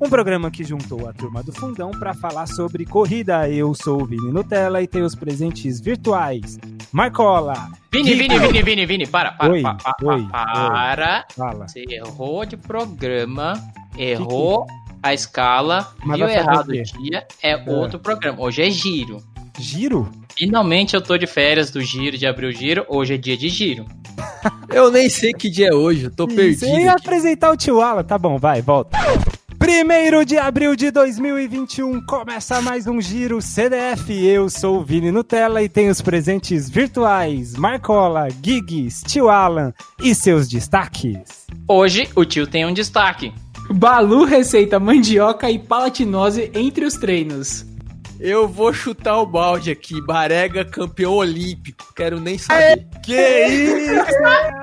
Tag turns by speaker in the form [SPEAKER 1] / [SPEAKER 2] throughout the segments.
[SPEAKER 1] um programa que juntou a turma do Fundão para falar sobre corrida. Eu sou o Vini Nutella e tenho os presentes virtuais. Marcola.
[SPEAKER 2] Vini, Vini, Vini, Vini, Vini, para, para,
[SPEAKER 1] Oi,
[SPEAKER 2] para, para,
[SPEAKER 1] oi,
[SPEAKER 2] para.
[SPEAKER 1] Fala.
[SPEAKER 2] Você errou de programa, errou a escala,
[SPEAKER 1] Mas
[SPEAKER 2] viu
[SPEAKER 1] vai fazer
[SPEAKER 2] errado
[SPEAKER 1] o
[SPEAKER 2] o dia, é outro programa. Hoje é giro.
[SPEAKER 1] Giro?
[SPEAKER 2] Finalmente eu tô de férias do giro, de abrir o giro, hoje é dia de giro.
[SPEAKER 3] Eu nem sei que dia é hoje, eu tô
[SPEAKER 1] Você ia
[SPEAKER 3] perdido. aqui.
[SPEAKER 1] apresentar o tio Ala. Tá bom, vai, volta. Primeiro de abril de 2021, começa mais um Giro CDF. Eu sou o Vini Nutella e tenho os presentes virtuais Marcola, Gigs, Tio Alan e seus destaques.
[SPEAKER 2] Hoje o tio tem um destaque.
[SPEAKER 4] Balu receita mandioca e palatinose entre os treinos.
[SPEAKER 3] Eu vou chutar o balde aqui, Barega campeão olímpico, quero nem saber.
[SPEAKER 1] Que isso,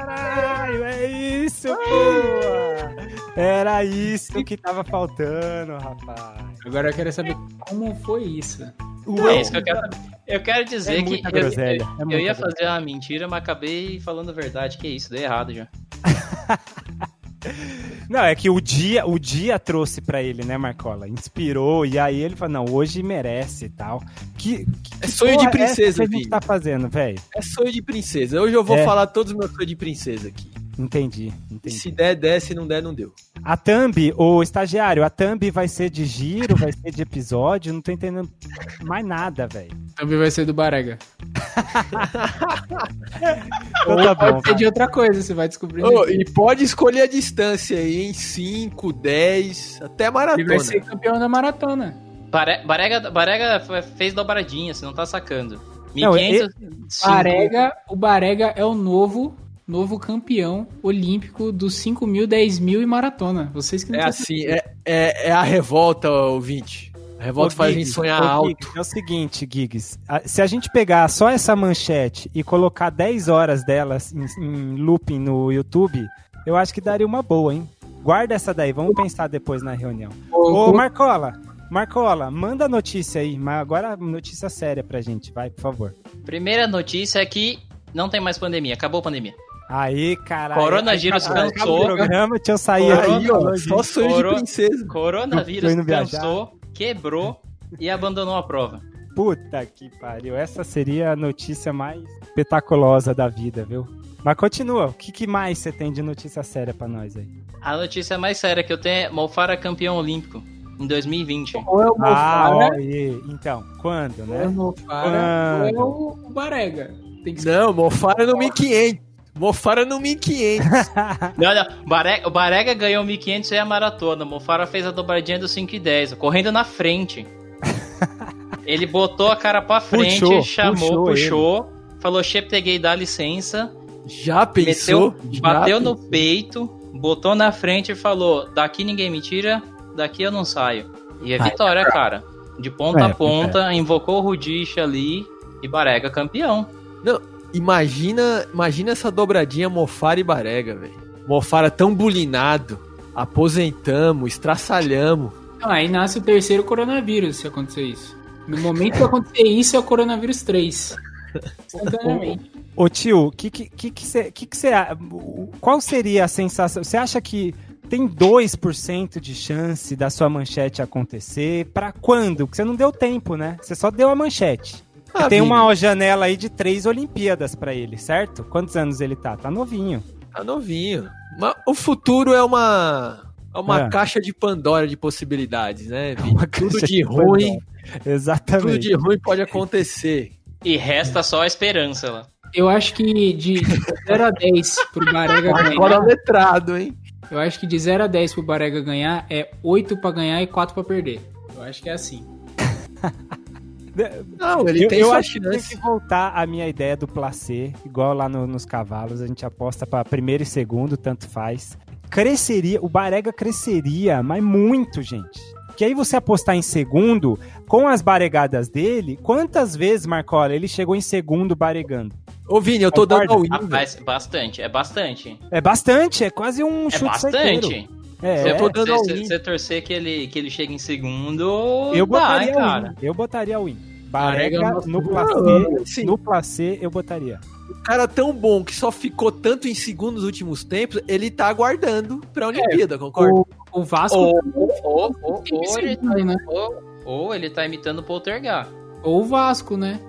[SPEAKER 1] caralho! É isso, pô! Era isso que tava faltando, rapaz.
[SPEAKER 4] Agora eu quero saber como foi isso.
[SPEAKER 2] é isso que eu quero saber. Eu quero dizer
[SPEAKER 1] É
[SPEAKER 2] que
[SPEAKER 1] muita
[SPEAKER 2] eu,
[SPEAKER 1] groselha, é
[SPEAKER 2] eu- eu
[SPEAKER 1] muita
[SPEAKER 2] ia
[SPEAKER 1] groselha.
[SPEAKER 2] fazer uma mentira, mas acabei falando a verdade, que isso, deu errado já.
[SPEAKER 1] Não, é que o dia, o dia trouxe pra ele, né, Marcola? Inspirou e aí ele falou: "Não, hoje merece" e tal. Que, que
[SPEAKER 3] É sonho
[SPEAKER 1] porra
[SPEAKER 3] de
[SPEAKER 1] é essa
[SPEAKER 3] princesa,
[SPEAKER 1] que a gente
[SPEAKER 3] Vini.
[SPEAKER 1] tá fazendo, velho.
[SPEAKER 3] É sonho de princesa. Hoje eu vou
[SPEAKER 1] É.
[SPEAKER 3] falar todos os meus sonhos de princesa aqui.
[SPEAKER 1] Entendi, entendi.
[SPEAKER 3] Se der, der, se não der, não deu.
[SPEAKER 1] A thumb, o estagiário, a thumb vai ser de giro, vai ser de episódio, não tô entendendo mais nada, velho.
[SPEAKER 4] Também vai ser do Barega.
[SPEAKER 1] Então tá bom.
[SPEAKER 4] Pode ser
[SPEAKER 1] vai.
[SPEAKER 4] de outra coisa, você vai descobrindo.
[SPEAKER 3] Ô, e pode escolher a distância aí, hein? 5, 10, até
[SPEAKER 4] Ele vai
[SPEAKER 3] maratona.
[SPEAKER 4] ser campeão da maratona.
[SPEAKER 2] Bare- Barega, Barega fe- fez dobradinha, você não tá sacando.
[SPEAKER 1] Não, é,
[SPEAKER 2] 1500. sim.
[SPEAKER 4] Barega, o Barega é o novo, novo campeão olímpico dos 5 mil, 10 mil e maratona. Vocês que não
[SPEAKER 3] É
[SPEAKER 4] tão-
[SPEAKER 3] assim, é, é, é a revolta, ouvinte. A revolta faz a gente
[SPEAKER 1] Gigs,
[SPEAKER 3] sonhar
[SPEAKER 1] ô,
[SPEAKER 3] alto.
[SPEAKER 1] Gigs, é o seguinte, Gigs. a- Se a gente pegar só essa manchete e colocar 10 horas delas em, em looping no YouTube, eu acho que daria uma boa, hein? Guarda essa daí, vamos pensar depois na reunião. Ô,
[SPEAKER 4] o,
[SPEAKER 1] Marcola, Marcola, manda a notícia aí, mas agora notícia séria pra gente, vai, por favor.
[SPEAKER 2] Primeira notícia é que não tem mais pandemia, acabou a pandemia.
[SPEAKER 1] Aí, caralho.
[SPEAKER 2] Coronavírus
[SPEAKER 1] Aí, acaba
[SPEAKER 2] cansou.
[SPEAKER 1] o programa, deixa eu sair
[SPEAKER 3] Aí,
[SPEAKER 1] aí,
[SPEAKER 3] ó, só sonho
[SPEAKER 2] Coro-
[SPEAKER 3] de princesa.
[SPEAKER 2] Coronavírus
[SPEAKER 1] Tô indo viajar.
[SPEAKER 2] cansou, quebrou e abandonou a prova.
[SPEAKER 1] Puta que pariu. Essa seria a notícia mais espetaculosa da vida, viu? Mas continua, o que, que mais você tem de notícia séria pra nós aí?
[SPEAKER 2] A notícia mais séria que eu tenho é Malfara campeão olímpico em 2020.
[SPEAKER 4] ou é o
[SPEAKER 1] Ah, ó,
[SPEAKER 4] Mofara,
[SPEAKER 1] e, então, quando,
[SPEAKER 4] ou é
[SPEAKER 1] né?
[SPEAKER 4] o Mofara, ou é
[SPEAKER 1] Mano.
[SPEAKER 4] o o Barega. Tem que escolher.
[SPEAKER 3] Não, Mofara no 1500. Mofara no 1500.
[SPEAKER 2] Não, não, Barega, o Barega ganhou 1.500 e a maratona. Mofara fez a dobradinha do 5 e 10, correndo na frente. Ele botou a cara pra frente,
[SPEAKER 1] Puxou,
[SPEAKER 2] chamou,
[SPEAKER 1] puxou ele.
[SPEAKER 2] puxou, falou: Che, peguei, dá licença.
[SPEAKER 3] Já
[SPEAKER 2] Meteu,
[SPEAKER 3] pensou?
[SPEAKER 2] bateu
[SPEAKER 3] Já
[SPEAKER 2] no
[SPEAKER 3] pensou?
[SPEAKER 2] peito, botou na frente e falou: daqui ninguém me tira, daqui eu não saio. E é
[SPEAKER 3] Ai,
[SPEAKER 2] vitória, cara. De ponta
[SPEAKER 1] É,
[SPEAKER 2] a ponta, invocou o Rudish ali e Barega campeão.
[SPEAKER 3] Imagina, imagina essa dobradinha Mofara e Barega, velho. Mofara tão bulinado. Aposentamos, estraçalhamos.
[SPEAKER 4] Não, Ah, aí nasce o terceiro coronavírus, se acontecer isso. No momento que acontecer isso, é o coronavírus 3. Instantaneamente.
[SPEAKER 1] Ô tio, que que que que cê, que que cê, a- o- qual seria a sensação? Você acha que tem 2% de chance da sua manchete acontecer? Pra quando? Porque você não deu tempo, né? Você só deu a manchete.
[SPEAKER 3] Ah,
[SPEAKER 1] tem
[SPEAKER 3] Vini,
[SPEAKER 1] uma janela aí de três Olimpíadas pra ele, certo? Quantos anos ele tá? Tá novinho.
[SPEAKER 3] Tá novinho. Mas o futuro é uma. É uma
[SPEAKER 1] É.
[SPEAKER 3] caixa de Pandora de possibilidades, né? Vini? Tudo
[SPEAKER 1] caixa
[SPEAKER 3] de
[SPEAKER 1] de
[SPEAKER 3] ruim, tudo
[SPEAKER 1] Exatamente.
[SPEAKER 3] de ruim pode acontecer.
[SPEAKER 2] E resta só a esperança lá.
[SPEAKER 4] Eu acho que de 0 a 10 pro Barega
[SPEAKER 3] Agora
[SPEAKER 4] ganhar.
[SPEAKER 3] letrado, hein?
[SPEAKER 4] Eu acho que de 0 a 10 pro Barega ganhar é 8 pra ganhar e 4 pra perder. Eu acho que é assim.
[SPEAKER 3] Não, ele
[SPEAKER 1] eu
[SPEAKER 3] tem
[SPEAKER 1] eu
[SPEAKER 3] sua
[SPEAKER 1] acho que tem
[SPEAKER 3] chance.
[SPEAKER 1] que voltar a minha ideia do placê, igual lá no- nos cavalos, a gente aposta pra primeiro e segundo, tanto faz. Cresceria, o Barega cresceria, mas muito, gente. Que aí você apostar em segundo, com as baregadas dele, quantas vezes, Marcola, ele chegou em segundo baregando?
[SPEAKER 3] Ô, Vini, eu tô dando
[SPEAKER 1] Concorda?
[SPEAKER 3] all-in. velho.
[SPEAKER 2] Rapaz, bastante, é bastante.
[SPEAKER 1] É bastante, é quase um
[SPEAKER 2] É
[SPEAKER 1] chute certeiro.
[SPEAKER 2] bastante.
[SPEAKER 1] É,
[SPEAKER 2] Se
[SPEAKER 3] Eu tô dando
[SPEAKER 2] você-
[SPEAKER 3] all-in.
[SPEAKER 2] se você torcer que ele, que ele chegue em segundo,
[SPEAKER 1] eu
[SPEAKER 2] dá,
[SPEAKER 1] botaria um.
[SPEAKER 2] hein,
[SPEAKER 1] o
[SPEAKER 2] cara. é
[SPEAKER 1] win. Eu botaria o win.
[SPEAKER 4] Barega
[SPEAKER 1] Barega
[SPEAKER 4] nosso-
[SPEAKER 1] no placê,
[SPEAKER 2] um.
[SPEAKER 3] Assim,
[SPEAKER 1] no placê eu botaria.
[SPEAKER 3] um cara tão bom que só ficou tanto em segundo nos últimos tempos, ele tá aguardando pra
[SPEAKER 1] É,
[SPEAKER 3] Olimpíada, concorda?
[SPEAKER 4] O, o Vasco.
[SPEAKER 2] Ou, ou, ou, ou,
[SPEAKER 4] Tem que
[SPEAKER 2] ou
[SPEAKER 4] ser
[SPEAKER 2] ele, tá,
[SPEAKER 4] também, né?
[SPEAKER 2] ou, ou ele tá imitando o Poltergar.
[SPEAKER 4] Ou o Vasco, né?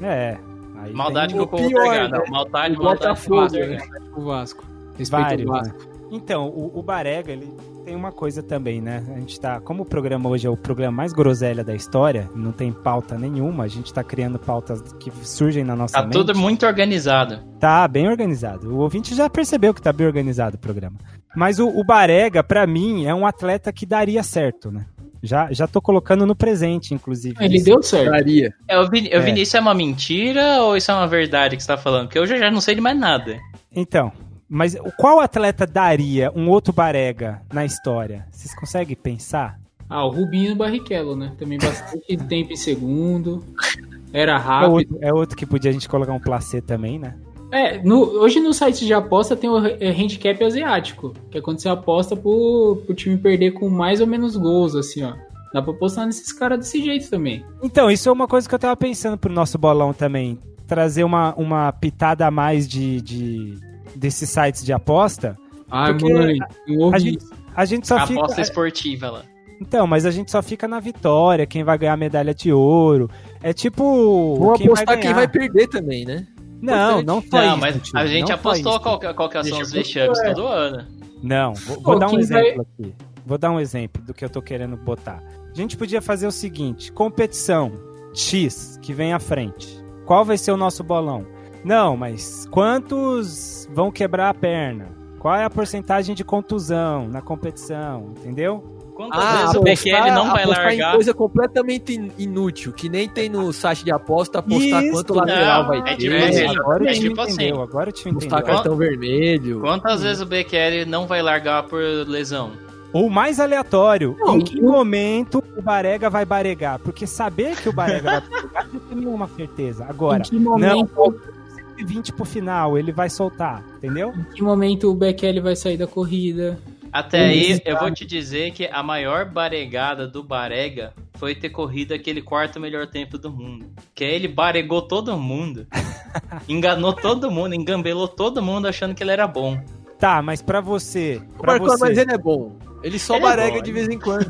[SPEAKER 1] É. aí
[SPEAKER 2] Maldade
[SPEAKER 1] tem-
[SPEAKER 2] com
[SPEAKER 3] O
[SPEAKER 2] o
[SPEAKER 3] pior,
[SPEAKER 2] Poltergar, não.
[SPEAKER 3] né?
[SPEAKER 2] Maldade,
[SPEAKER 3] O
[SPEAKER 2] maldade com o
[SPEAKER 3] Botafogo,
[SPEAKER 2] Poltergar.
[SPEAKER 4] né? O Vasco. Respeito
[SPEAKER 1] Vários,
[SPEAKER 4] o Vasco.
[SPEAKER 1] Então, o, o Barega, ele tem uma coisa também, né? A gente tá. Como o programa hoje é o programa mais groselha da história, não tem pauta nenhuma, a gente tá criando pautas que surgem na nossa
[SPEAKER 2] Tá
[SPEAKER 1] mente.
[SPEAKER 2] tudo muito organizado.
[SPEAKER 1] Tá bem organizado. O ouvinte já percebeu que tá bem organizado o programa. Mas o, o Barega, pra mim, é um atleta que daria certo, né? Já, já tô colocando no presente, inclusive.
[SPEAKER 4] Ah, Ele
[SPEAKER 1] isso.
[SPEAKER 4] deu certo.
[SPEAKER 3] Daria.
[SPEAKER 2] É, o Vini,
[SPEAKER 1] É.
[SPEAKER 2] o Vini, isso é uma mentira ou isso é uma verdade que você tá falando? Porque eu já, já não sei de mais nada.
[SPEAKER 1] Então, mas o- qual atleta daria um outro Barega na história? Vocês conseguem pensar?
[SPEAKER 4] Ah, o Rubinho Barrichello, né? Também bastante tempo em segundo. Era
[SPEAKER 1] É
[SPEAKER 4] rápido.
[SPEAKER 1] outro, é outro que podia a gente colocar um placê também, né?
[SPEAKER 4] É, no- hoje no site de aposta tem o é, handicap asiático, que é quando você aposta pro, pro time perder com mais ou menos gols, assim, ó. Dá pra apostar nesses caras desse jeito também.
[SPEAKER 1] Então, isso é uma coisa que eu tava pensando pro nosso bolão também. Trazer uma, uma pitada a mais de, de- desses sites de aposta.
[SPEAKER 4] Ai,
[SPEAKER 1] Porque
[SPEAKER 4] mãe, não
[SPEAKER 1] A
[SPEAKER 4] ouvi.
[SPEAKER 1] gente, a gente só fica.
[SPEAKER 3] é.
[SPEAKER 2] Aposta é esportiva lá.
[SPEAKER 1] Então, mas a gente só fica na vitória, quem vai ganhar a medalha de ouro. É tipo.
[SPEAKER 3] Vou
[SPEAKER 1] quem
[SPEAKER 3] apostar quem
[SPEAKER 1] ganhar.
[SPEAKER 3] vai perder também, né?
[SPEAKER 1] Não, não foi.
[SPEAKER 2] não,
[SPEAKER 1] isso,
[SPEAKER 2] mas
[SPEAKER 1] tio,
[SPEAKER 2] a gente
[SPEAKER 1] não foi
[SPEAKER 2] apostou
[SPEAKER 1] isso.
[SPEAKER 2] qual, que- é, qual que tá são
[SPEAKER 4] Deixa
[SPEAKER 2] os
[SPEAKER 4] eu-
[SPEAKER 2] vexames todo ano.
[SPEAKER 1] Não, vou, vou
[SPEAKER 4] Pô,
[SPEAKER 1] dar um
[SPEAKER 4] quem vai-
[SPEAKER 1] exemplo aqui. Vou dar um exemplo do que eu tô querendo botar. A gente podia fazer o seguinte: competição X que vem à frente. Qual vai ser o nosso bolão? Não, mas quantos vão quebrar a perna? Qual é a porcentagem de contusão na competição? Entendeu?
[SPEAKER 2] Quantas vezes o Bekele
[SPEAKER 3] Ah, apostar-
[SPEAKER 2] não vai
[SPEAKER 3] apostar em
[SPEAKER 2] largar?
[SPEAKER 3] coisa completamente in- inútil, que nem tem no site de aposta apostar
[SPEAKER 1] Isso,
[SPEAKER 3] quanto lateral
[SPEAKER 2] não,
[SPEAKER 3] vai
[SPEAKER 2] é
[SPEAKER 3] ter,
[SPEAKER 2] tipo assim,
[SPEAKER 1] agora
[SPEAKER 2] é
[SPEAKER 1] o time
[SPEAKER 2] tipo assim. tá
[SPEAKER 1] entendeu. Agora o time entendeu.
[SPEAKER 3] apostar cartão vermelho.
[SPEAKER 2] Quantas vezes o Bekele não vai largar por lesão?
[SPEAKER 1] Ou mais aleatório,
[SPEAKER 4] Não,
[SPEAKER 1] em que
[SPEAKER 4] eu-
[SPEAKER 1] momento o Barega vai baregar? Porque saber que o Barega vai baregar não tem nenhuma certeza. Agora,
[SPEAKER 4] em, que momento,
[SPEAKER 1] 120 pro final, ele vai soltar, entendeu?
[SPEAKER 4] em que momento o Bekele vai sair da corrida?
[SPEAKER 2] Até aí,
[SPEAKER 4] Isso,
[SPEAKER 2] eu vou te dizer que a maior baregada do Barega foi ter corrido aquele quarto melhor tempo do mundo. Que aí ele baregou todo mundo, enganou todo mundo, engambelou todo mundo achando que ele era bom.
[SPEAKER 1] Tá, mas pra você,
[SPEAKER 3] O
[SPEAKER 1] pra
[SPEAKER 3] Marcão,
[SPEAKER 1] você,
[SPEAKER 3] mas ele é bom. Ele só
[SPEAKER 2] Ele é
[SPEAKER 3] barega
[SPEAKER 2] bom,
[SPEAKER 3] de vez em quando.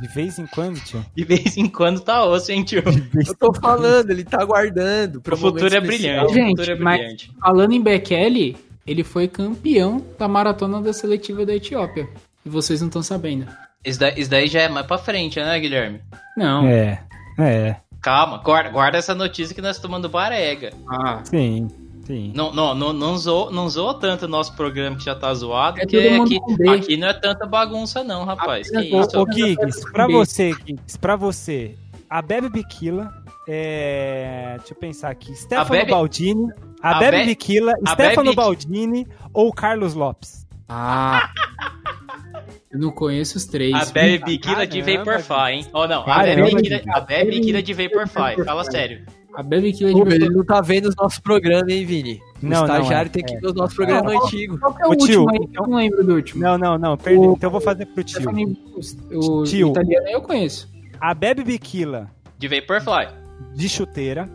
[SPEAKER 1] de vez em quando, tio.
[SPEAKER 2] De vez em quando tá osso, hein, tio?
[SPEAKER 3] Eu tô falando, ele tá aguardando. pra
[SPEAKER 2] O
[SPEAKER 3] um momento
[SPEAKER 2] futuro é
[SPEAKER 3] especial.
[SPEAKER 2] brilhante. o
[SPEAKER 4] Gente,
[SPEAKER 2] futuro é
[SPEAKER 4] mas-
[SPEAKER 2] brilhante.
[SPEAKER 4] Falando em Bekele, ele foi campeão da maratona da seletiva da Etiópia. E vocês não estão sabendo.
[SPEAKER 2] Isso, da- isso daí já é mais pra frente, né, Guilherme?
[SPEAKER 4] Não.
[SPEAKER 1] É, é,
[SPEAKER 2] Calma, guarda, guarda essa notícia que nós tomando barega.
[SPEAKER 4] Ah,
[SPEAKER 1] sim, sim.
[SPEAKER 2] Não, não, não, não, zoa, não zoa tanto o nosso programa que já tá zoado,
[SPEAKER 4] É
[SPEAKER 2] porque
[SPEAKER 4] todo mundo
[SPEAKER 2] aqui,
[SPEAKER 4] com B.
[SPEAKER 2] aqui não é tanta bagunça, não, rapaz. Que
[SPEAKER 4] Apenas
[SPEAKER 2] isso?
[SPEAKER 1] Ô, Giggs, pra
[SPEAKER 4] bem.
[SPEAKER 1] você, Giggs, pra você, a Bebe Biquila, é... deixa eu pensar aqui, Stefano
[SPEAKER 2] Bebe-
[SPEAKER 1] Baldini, a,
[SPEAKER 2] a
[SPEAKER 1] Bebe,
[SPEAKER 2] Be-
[SPEAKER 1] Biquila,
[SPEAKER 2] a
[SPEAKER 1] Stefano
[SPEAKER 2] Bebe-
[SPEAKER 1] Baldini ou Carlos Lopes?
[SPEAKER 4] Ah. Eu não conheço os três.
[SPEAKER 2] A Bebe Biquila de
[SPEAKER 1] Caramba, Ah, é
[SPEAKER 2] Vaporfly, hein? Ou não, a
[SPEAKER 1] Caramba,
[SPEAKER 2] Bebe Biquila-
[SPEAKER 1] gente.
[SPEAKER 2] a Bebe Biquila de Vaporfly, fala sério.
[SPEAKER 4] A Bebe Killer
[SPEAKER 3] Pô,
[SPEAKER 4] de
[SPEAKER 3] ele não tá vendo os nossos programas, hein, Vini?
[SPEAKER 1] Não,
[SPEAKER 3] o
[SPEAKER 1] não,
[SPEAKER 3] estagiário
[SPEAKER 1] é,
[SPEAKER 3] tem que ver os nossos programas
[SPEAKER 4] Não,
[SPEAKER 3] antigos.
[SPEAKER 4] Qual que é o
[SPEAKER 1] Ô,
[SPEAKER 4] último
[SPEAKER 1] tio,
[SPEAKER 4] aí? Eu não lembro do último.
[SPEAKER 1] Não, não, não, perdi. Então eu vou fazer pro tio.
[SPEAKER 4] Stephanie- o
[SPEAKER 1] Tio.
[SPEAKER 4] italiano eu conheço.
[SPEAKER 1] A Bebe Biquila
[SPEAKER 2] De Vaporfly.
[SPEAKER 1] de chuteira.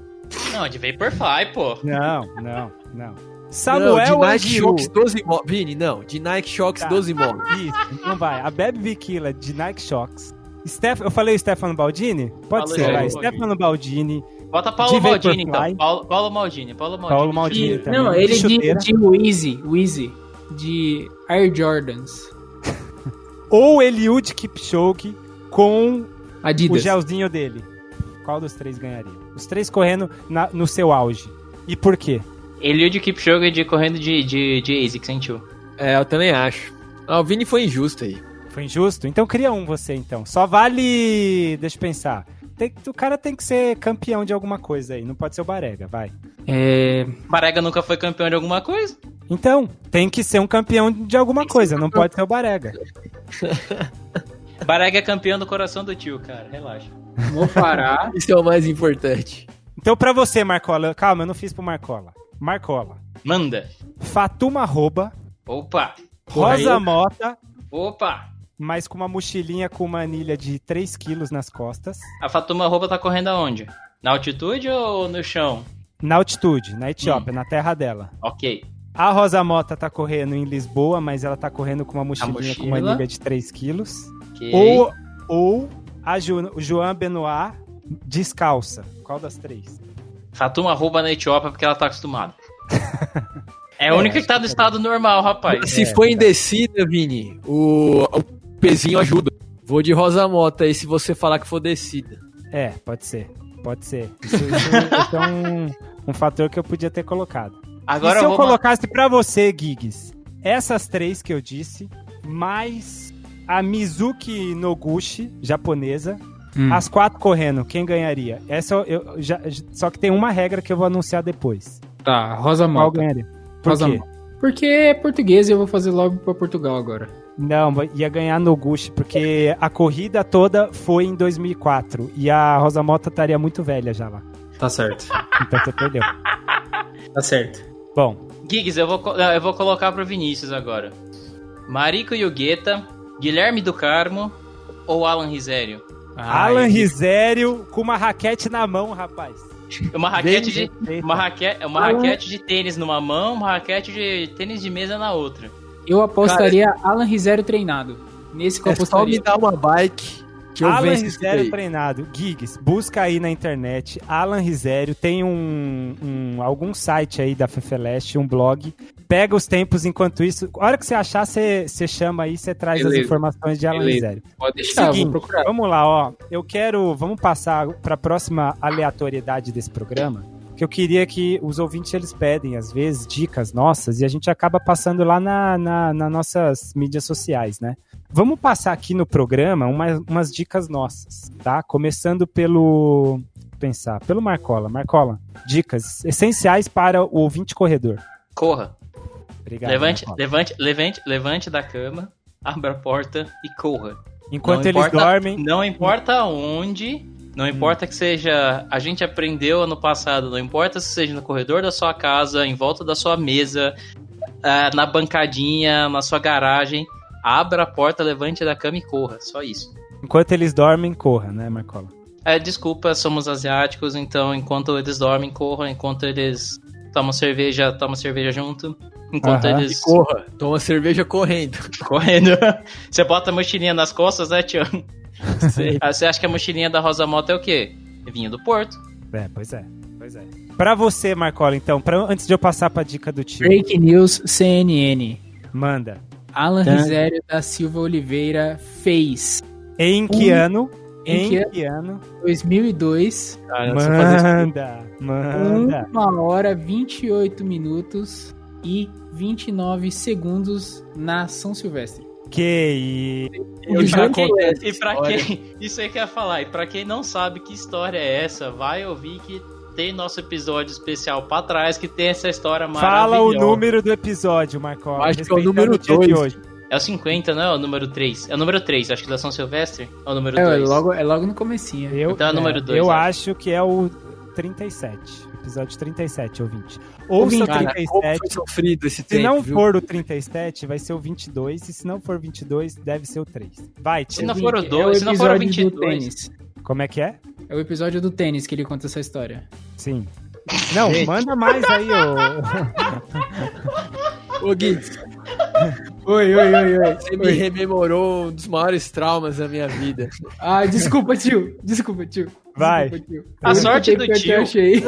[SPEAKER 2] Não, de Vaporfly, pô.
[SPEAKER 1] Não, não, não.
[SPEAKER 3] não,
[SPEAKER 1] Samuel
[SPEAKER 3] de Nike
[SPEAKER 1] Angiu.
[SPEAKER 3] Shox 12 Mo- Vini, não. De Nike Shox
[SPEAKER 1] Tá.
[SPEAKER 3] 12 Mo.
[SPEAKER 1] Isso, então vai. A Bebe Biquila de Nike Shox. Steph... Eu falei Stefano Baldini? Pode
[SPEAKER 2] Falou,
[SPEAKER 1] ser, vai.
[SPEAKER 2] Baldini.
[SPEAKER 1] Stefano Baldini,
[SPEAKER 2] Bota Paulo
[SPEAKER 1] De
[SPEAKER 2] Maldini,
[SPEAKER 1] Vaporfly.
[SPEAKER 2] então. Paulo, Paulo Maldini, Paulo Maldini.
[SPEAKER 1] Paulo Maldini
[SPEAKER 4] De-
[SPEAKER 1] também.
[SPEAKER 4] não, ele de,
[SPEAKER 1] chuteira.
[SPEAKER 4] de Wheezy, Wheezy, de Air Jordans,
[SPEAKER 1] Ou Eliud Kipchoge com o
[SPEAKER 4] Adidas.
[SPEAKER 1] gelzinho dele. Qual dos três ganharia? Os três correndo na- no seu auge. E por quê?
[SPEAKER 2] Eliud Kipchoge de correndo de, de, de ASICS, hein, tio?
[SPEAKER 3] É, eu também acho. Ah, o Vini foi injusto aí.
[SPEAKER 1] Foi injusto? Então cria um você, então. Só vale... Deixa eu pensar. Tem que- o cara tem que ser campeão de alguma coisa aí. Não pode ser o Barega, vai.
[SPEAKER 4] É,
[SPEAKER 2] Barega nunca foi campeão de alguma coisa?
[SPEAKER 1] Então, tem que ser um campeão de alguma
[SPEAKER 4] que
[SPEAKER 1] coisa. Não pode ser o Barega.
[SPEAKER 2] Barega é campeão do coração do tio, cara. Relaxa.
[SPEAKER 4] Vou parar.
[SPEAKER 3] Isso é o mais importante.
[SPEAKER 1] Então, pra você, Marcola, calma, eu não fiz pro Marcola. Marcola.
[SPEAKER 2] Manda.
[SPEAKER 1] Fatuma Arroba,
[SPEAKER 2] Opa!
[SPEAKER 3] Porra,
[SPEAKER 1] Rosa
[SPEAKER 3] eu-
[SPEAKER 1] Mota,
[SPEAKER 2] Opa!
[SPEAKER 1] mas com uma mochilinha com uma anilha de 3 quilos nas costas.
[SPEAKER 2] A Fatuma Roupa tá correndo aonde? Na altitude ou no chão?
[SPEAKER 1] Na altitude, na Etiópia,
[SPEAKER 3] Hum.
[SPEAKER 1] na terra dela.
[SPEAKER 2] Ok.
[SPEAKER 1] A Rosa Mota tá correndo em Lisboa, mas ela tá correndo com uma mochilinha com uma
[SPEAKER 2] mochila.
[SPEAKER 1] anilha de 3 quilos.
[SPEAKER 2] ok.
[SPEAKER 1] Ou, ou a Ju, o Joan Benoit descalça. Qual das três?
[SPEAKER 2] Fatuma Roupa na Etiópia porque ela tá acostumada. É
[SPEAKER 1] É,
[SPEAKER 2] a única
[SPEAKER 1] acho
[SPEAKER 2] que tá do
[SPEAKER 1] que
[SPEAKER 2] estado normal, rapaz.
[SPEAKER 1] É,
[SPEAKER 3] se for indecida, Vini, o, o pezinho ajuda. Vou de Rosa Mota aí se você falar que for descida.
[SPEAKER 1] É, pode ser. Pode ser. Isso, isso- isso é um, um fator que eu podia ter colocado.
[SPEAKER 2] Agora
[SPEAKER 1] e se
[SPEAKER 2] eu
[SPEAKER 1] eu
[SPEAKER 2] vou
[SPEAKER 1] colocasse pra você, Giggs, essas três que eu disse, mais a Mizuki Noguchi, japonesa,
[SPEAKER 4] Hum.
[SPEAKER 1] as quatro correndo, quem ganharia? Essa eu, eu já, só que tem uma regra que eu vou anunciar depois.
[SPEAKER 4] Tá, Rosa
[SPEAKER 1] Qual
[SPEAKER 4] Mota.
[SPEAKER 1] ganharia? Por
[SPEAKER 4] Rosa
[SPEAKER 1] quê?
[SPEAKER 4] Porque é português e eu vou fazer logo pra Portugal agora.
[SPEAKER 1] Não, ia ganhar Noguchi, porque a corrida toda foi em 2004 e a Rosa Mota estaria muito velha já lá.
[SPEAKER 4] Tá certo.
[SPEAKER 1] Então você perdeu.
[SPEAKER 4] Tá certo.
[SPEAKER 3] É
[SPEAKER 1] Bom,
[SPEAKER 2] Giggs, eu vou, co- não, eu vou colocar pro Vinícius agora. Marico Yugueta, Guilherme do Carmo ou Alan Risério?
[SPEAKER 1] Alan Risério com uma raquete na mão, rapaz.
[SPEAKER 2] É Uma raquete de.
[SPEAKER 1] Perfeito.
[SPEAKER 2] Uma, raque, é uma
[SPEAKER 4] Alan-
[SPEAKER 2] raquete de tênis numa mão, uma raquete de tênis de mesa na outra.
[SPEAKER 4] Eu apostaria Alan Rizero treinado. Nesse que eu
[SPEAKER 3] É só me
[SPEAKER 4] apostaria.
[SPEAKER 3] dar uma bike que eu
[SPEAKER 1] Alan é
[SPEAKER 3] venço isso
[SPEAKER 1] Risério
[SPEAKER 3] daí.
[SPEAKER 1] treinado. Gigs, busca aí na internet. Alan Risério tem um, um- algum site aí da Fefeleste, um blog. Pega os tempos enquanto isso. A hora que você achar, você, você chama aí, você traz as
[SPEAKER 4] Beleza.
[SPEAKER 1] informações de Alan
[SPEAKER 4] Beleza.
[SPEAKER 1] Risério.
[SPEAKER 4] Pode
[SPEAKER 3] Tá
[SPEAKER 4] deixar, eu
[SPEAKER 1] Seguinte.
[SPEAKER 4] vou procurar.
[SPEAKER 1] Vamos lá, ó. Eu quero. Vamos passar para a próxima aleatoriedade desse programa. Que eu queria que os ouvintes eles pedem, às vezes, dicas nossas, e a gente acaba passando lá na, na- nas nossas mídias sociais, né? Vamos passar aqui no programa uma- umas dicas nossas, tá? Começando pelo. Pensar, pelo Marcola. Marcola, dicas essenciais para o ouvinte corredor.
[SPEAKER 2] Corra.
[SPEAKER 1] Obrigado.
[SPEAKER 2] levante,
[SPEAKER 1] Marcola.
[SPEAKER 2] levante, levante, levante da cama, abra a porta e corra.
[SPEAKER 1] Enquanto
[SPEAKER 2] Não
[SPEAKER 1] eles
[SPEAKER 2] importa-
[SPEAKER 1] dormem,
[SPEAKER 2] Não importa onde, não importa que seja. A gente aprendeu ano passado, não importa se seja no corredor da sua casa, em volta da sua mesa, ah, na bancadinha, na sua garagem. Abra a porta, levante da cama e corra. Só isso.
[SPEAKER 1] enquanto eles dormem, corra, né, Marcola?
[SPEAKER 2] É, desculpa, somos asiáticos, então enquanto eles dormem, corram, enquanto eles tomam cerveja, tomam cerveja junto. Enquanto
[SPEAKER 1] Aham.
[SPEAKER 2] eles.
[SPEAKER 3] Corra, toma cerveja correndo.
[SPEAKER 2] Correndo. Você bota a mochilinha nas costas, né, Tião? Você você acha que a mochilinha da Rosa Mota é o quê? Vinho do Porto.
[SPEAKER 1] É, pois é, pois é. Pra você, Marcola, então, pra, antes de eu passar pra dica do tio,
[SPEAKER 4] Break News CNN.
[SPEAKER 1] manda.
[SPEAKER 4] Alan
[SPEAKER 1] Tá.
[SPEAKER 4] Risério da Silva Oliveira fez
[SPEAKER 1] Em que
[SPEAKER 4] Um,
[SPEAKER 1] ano?
[SPEAKER 4] em
[SPEAKER 1] Em
[SPEAKER 4] que
[SPEAKER 1] que ano?
[SPEAKER 4] 2002,
[SPEAKER 2] Ah, não sei fazer isso.
[SPEAKER 1] Manda,
[SPEAKER 2] Ah, tá.
[SPEAKER 1] manda.
[SPEAKER 4] 1 hora 28 minutos e 29 segundos na São Silvestre.
[SPEAKER 1] Que
[SPEAKER 4] Eu
[SPEAKER 2] E
[SPEAKER 4] já
[SPEAKER 2] pra quem-
[SPEAKER 3] conheço
[SPEAKER 2] E
[SPEAKER 3] essa
[SPEAKER 2] pra
[SPEAKER 3] história.
[SPEAKER 2] quem. Isso aí que eu ia falar. E pra quem não sabe que história é essa, vai ouvir que tem nosso episódio especial pra trás que tem essa história
[SPEAKER 1] isso.
[SPEAKER 2] maravilhosa.
[SPEAKER 1] Fala o número do episódio, Marcola.
[SPEAKER 3] Acho que é o
[SPEAKER 1] respeitando
[SPEAKER 3] número
[SPEAKER 1] dia de
[SPEAKER 3] dois.
[SPEAKER 1] hoje.
[SPEAKER 2] É o 50, não é o número 3? É o número 3, acho que da São Silvestre. É o número
[SPEAKER 4] É, é
[SPEAKER 2] 2.
[SPEAKER 4] logo, é logo no comecinho.
[SPEAKER 1] Eu,
[SPEAKER 2] Então é o número dois,
[SPEAKER 1] eu
[SPEAKER 2] né?
[SPEAKER 1] acho que é o 37. Episódio 37, ouvinte. Ouça o
[SPEAKER 4] Ouvinte, cara,
[SPEAKER 3] Cara, como
[SPEAKER 1] 37.
[SPEAKER 3] foi sofrido esse
[SPEAKER 1] Se
[SPEAKER 3] tempo,
[SPEAKER 1] não
[SPEAKER 3] viu?
[SPEAKER 1] for o 37, vai ser o 22. E se não for 22, deve ser o 3. Vai,
[SPEAKER 2] Se
[SPEAKER 1] tio.
[SPEAKER 2] não for o
[SPEAKER 4] É
[SPEAKER 2] 2, se não for o
[SPEAKER 4] episódio do
[SPEAKER 2] 22.
[SPEAKER 4] tênis.
[SPEAKER 1] Como é que é?
[SPEAKER 4] É o episódio do tênis que ele conta essa história.
[SPEAKER 1] Sim. Não,
[SPEAKER 3] Gente.
[SPEAKER 1] manda mais aí, ô.
[SPEAKER 3] Ô, Gui,
[SPEAKER 4] Oi, oi, oi, oi.
[SPEAKER 3] você me rememorou um dos maiores traumas da minha vida.
[SPEAKER 4] Ah, desculpa, tio. Desculpa, tio.
[SPEAKER 1] Vai.
[SPEAKER 4] Desculpa, tio.
[SPEAKER 2] A
[SPEAKER 4] Eu
[SPEAKER 2] sorte
[SPEAKER 4] escutei
[SPEAKER 2] do
[SPEAKER 4] porque Eu
[SPEAKER 2] tio.
[SPEAKER 4] achei.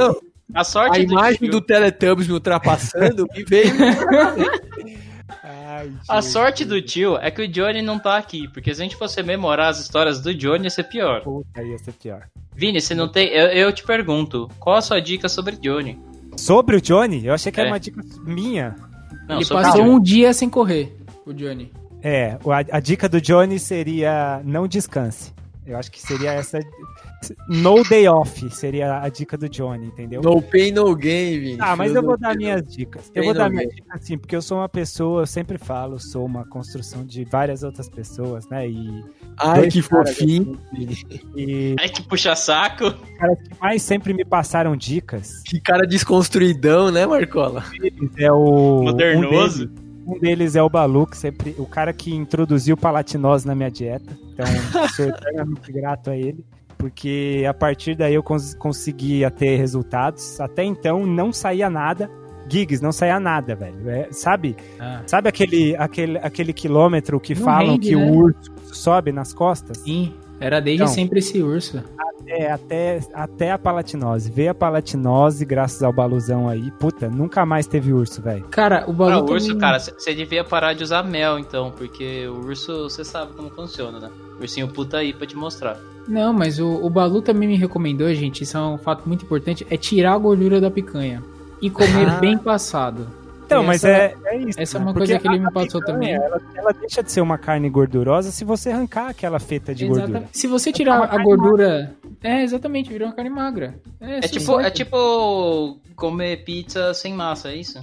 [SPEAKER 2] A sorte
[SPEAKER 3] A imagem
[SPEAKER 2] tio-
[SPEAKER 3] do Teletubbies me ultrapassando me veio.
[SPEAKER 1] Ai,
[SPEAKER 2] A
[SPEAKER 1] gente.
[SPEAKER 2] sorte do tio é que o Johnny não tá aqui, porque se a gente fosse memorar as histórias do Johnny, ia ser pior.
[SPEAKER 1] Puta, ia ser pior.
[SPEAKER 2] Vini, você não tem. Eu, eu te pergunto, qual a sua dica sobre Johnny?
[SPEAKER 1] Sobre o Johnny, eu achei que era
[SPEAKER 2] É.
[SPEAKER 1] uma dica minha.
[SPEAKER 2] Não,
[SPEAKER 4] ele
[SPEAKER 2] sobre
[SPEAKER 4] passou
[SPEAKER 2] Johnny.
[SPEAKER 4] um dia sem correr, o Johnny.
[SPEAKER 1] É, o- a, a dica do Johnny seria não descanse. Eu acho que seria essa. No day off seria a dica do Johnny, entendeu?
[SPEAKER 3] No pain, no game.
[SPEAKER 1] Ah, mas eu vou dar
[SPEAKER 3] Filosofia.
[SPEAKER 1] minhas dicas. Eu
[SPEAKER 3] Tem
[SPEAKER 1] vou dar
[SPEAKER 3] não,
[SPEAKER 1] minhas
[SPEAKER 3] né?
[SPEAKER 1] dicas assim, porque eu sou uma pessoa, eu sempre falo, sou uma construção de várias outras pessoas, né? E,
[SPEAKER 3] Ai,
[SPEAKER 1] dois
[SPEAKER 3] que
[SPEAKER 1] caras
[SPEAKER 3] fofinho.
[SPEAKER 1] e
[SPEAKER 2] Ai, que puxa saco.
[SPEAKER 1] caras que mais sempre me passaram dicas
[SPEAKER 3] Que cara desconstruidão, né, Marcola?
[SPEAKER 1] eles é o.
[SPEAKER 2] Modernoso.
[SPEAKER 1] Um deles, um deles é o Balu, que sempre, o cara que introduziu palatinose na minha dieta. Então, sou eternamente grato a ele. Porque a partir daí eu cons conseguia ter resultados. Até então não saía nada. Gigs, não saía nada, velho. É, sabe?
[SPEAKER 4] Ah,
[SPEAKER 1] Sabe aquele, aquele, aquele quilômetro que
[SPEAKER 4] Não
[SPEAKER 1] falam
[SPEAKER 4] rende,
[SPEAKER 1] que
[SPEAKER 4] né?
[SPEAKER 1] o urso sobe nas costas?
[SPEAKER 4] sim. Era desde
[SPEAKER 1] Então.
[SPEAKER 4] sempre esse urso.
[SPEAKER 1] É, até, até a palatinose. Veio a palatinose, graças ao baluzão aí. Puta, nunca mais teve urso, velho.
[SPEAKER 4] Cara, o
[SPEAKER 2] Pra
[SPEAKER 4] tá Balu
[SPEAKER 2] Ah, urso,
[SPEAKER 4] também-
[SPEAKER 2] cara, você devia parar de usar mel, então, porque o urso, você sabe como funciona, né? Ursinho puta aí pra te mostrar.
[SPEAKER 4] Não, mas o, o Balu também me recomendou, gente, isso é um fato muito importante, é tirar a gordura da picanha e comer
[SPEAKER 3] Ah.
[SPEAKER 4] bem passado.
[SPEAKER 1] Então,
[SPEAKER 4] E
[SPEAKER 1] mas
[SPEAKER 4] essa-
[SPEAKER 1] é, é isso.
[SPEAKER 4] Essa é
[SPEAKER 1] né?
[SPEAKER 4] uma
[SPEAKER 1] Porque
[SPEAKER 4] coisa que ele
[SPEAKER 1] a-
[SPEAKER 4] me
[SPEAKER 1] a
[SPEAKER 4] passou
[SPEAKER 1] picanha,
[SPEAKER 4] também.
[SPEAKER 1] Ela, ela deixa de ser uma carne gordurosa se você arrancar aquela feta de gordura.
[SPEAKER 4] Exatamente. Se você
[SPEAKER 1] É uma
[SPEAKER 4] tirar a
[SPEAKER 1] carne
[SPEAKER 4] gordura... É, exatamente, virou uma carne magra.
[SPEAKER 2] É,
[SPEAKER 4] sim,
[SPEAKER 2] tipo, é
[SPEAKER 4] certo.
[SPEAKER 2] tipo comer pizza sem massa, é isso?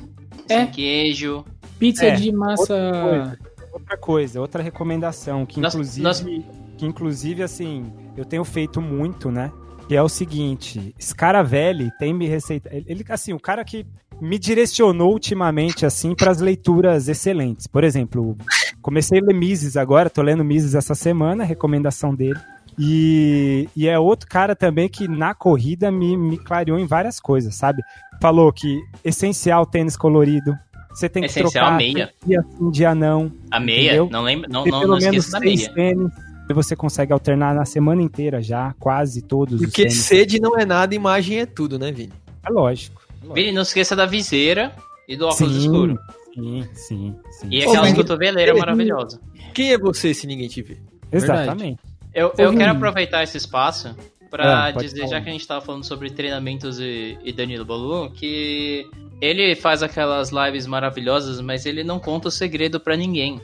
[SPEAKER 4] É.
[SPEAKER 2] Sem queijo.
[SPEAKER 4] Pizza
[SPEAKER 1] É,
[SPEAKER 4] de massa...
[SPEAKER 1] outra Outra coisa, outra recomendação, que
[SPEAKER 2] Nós-
[SPEAKER 1] inclusive,
[SPEAKER 2] nós-
[SPEAKER 1] que inclusive assim, eu tenho feito muito, né? Que é o seguinte, Scaravelli tem me receitado. Ele, ele, assim, o cara que me direcionou ultimamente, assim, para as leituras excelentes. Por exemplo, comecei a ler Mises agora, tô lendo Mises essa semana, recomendação dele. E, e é outro cara também que na corrida me, me clareou em várias coisas, sabe? Falou que essencial tênis colorido, você tem que
[SPEAKER 2] Essencial
[SPEAKER 1] trocar assim,
[SPEAKER 2] meia.
[SPEAKER 1] dia sim, dia não
[SPEAKER 2] A meia,
[SPEAKER 1] Entendeu?
[SPEAKER 2] não lembra, não,
[SPEAKER 1] ter
[SPEAKER 2] não,
[SPEAKER 1] pelo
[SPEAKER 2] não
[SPEAKER 1] menos
[SPEAKER 2] esqueça da
[SPEAKER 1] seis
[SPEAKER 2] meia.
[SPEAKER 1] tênis. E Você consegue alternar na semana inteira já, quase todos os
[SPEAKER 3] Porque
[SPEAKER 1] tênis.
[SPEAKER 3] sede não é nada, imagem é tudo, né, Vini?
[SPEAKER 1] É lógico.
[SPEAKER 2] Vini, não esqueça da viseira e do óculos escuro.
[SPEAKER 1] Sim, sim, sim.
[SPEAKER 2] E é
[SPEAKER 3] Ô,
[SPEAKER 2] aquelas
[SPEAKER 3] mas-
[SPEAKER 2] cotoveleiras maravilhosas.
[SPEAKER 3] Quem é você se ninguém te vê?
[SPEAKER 1] Exatamente.
[SPEAKER 2] Eu, eu
[SPEAKER 4] Vini.
[SPEAKER 2] quero aproveitar esse espaço pra
[SPEAKER 1] Ah, pode
[SPEAKER 2] dizer,
[SPEAKER 1] falar.
[SPEAKER 2] já que a gente tava falando sobre treinamentos e, e Danilo Balu, que ele faz aquelas lives maravilhosas, mas ele não conta o segredo pra ninguém.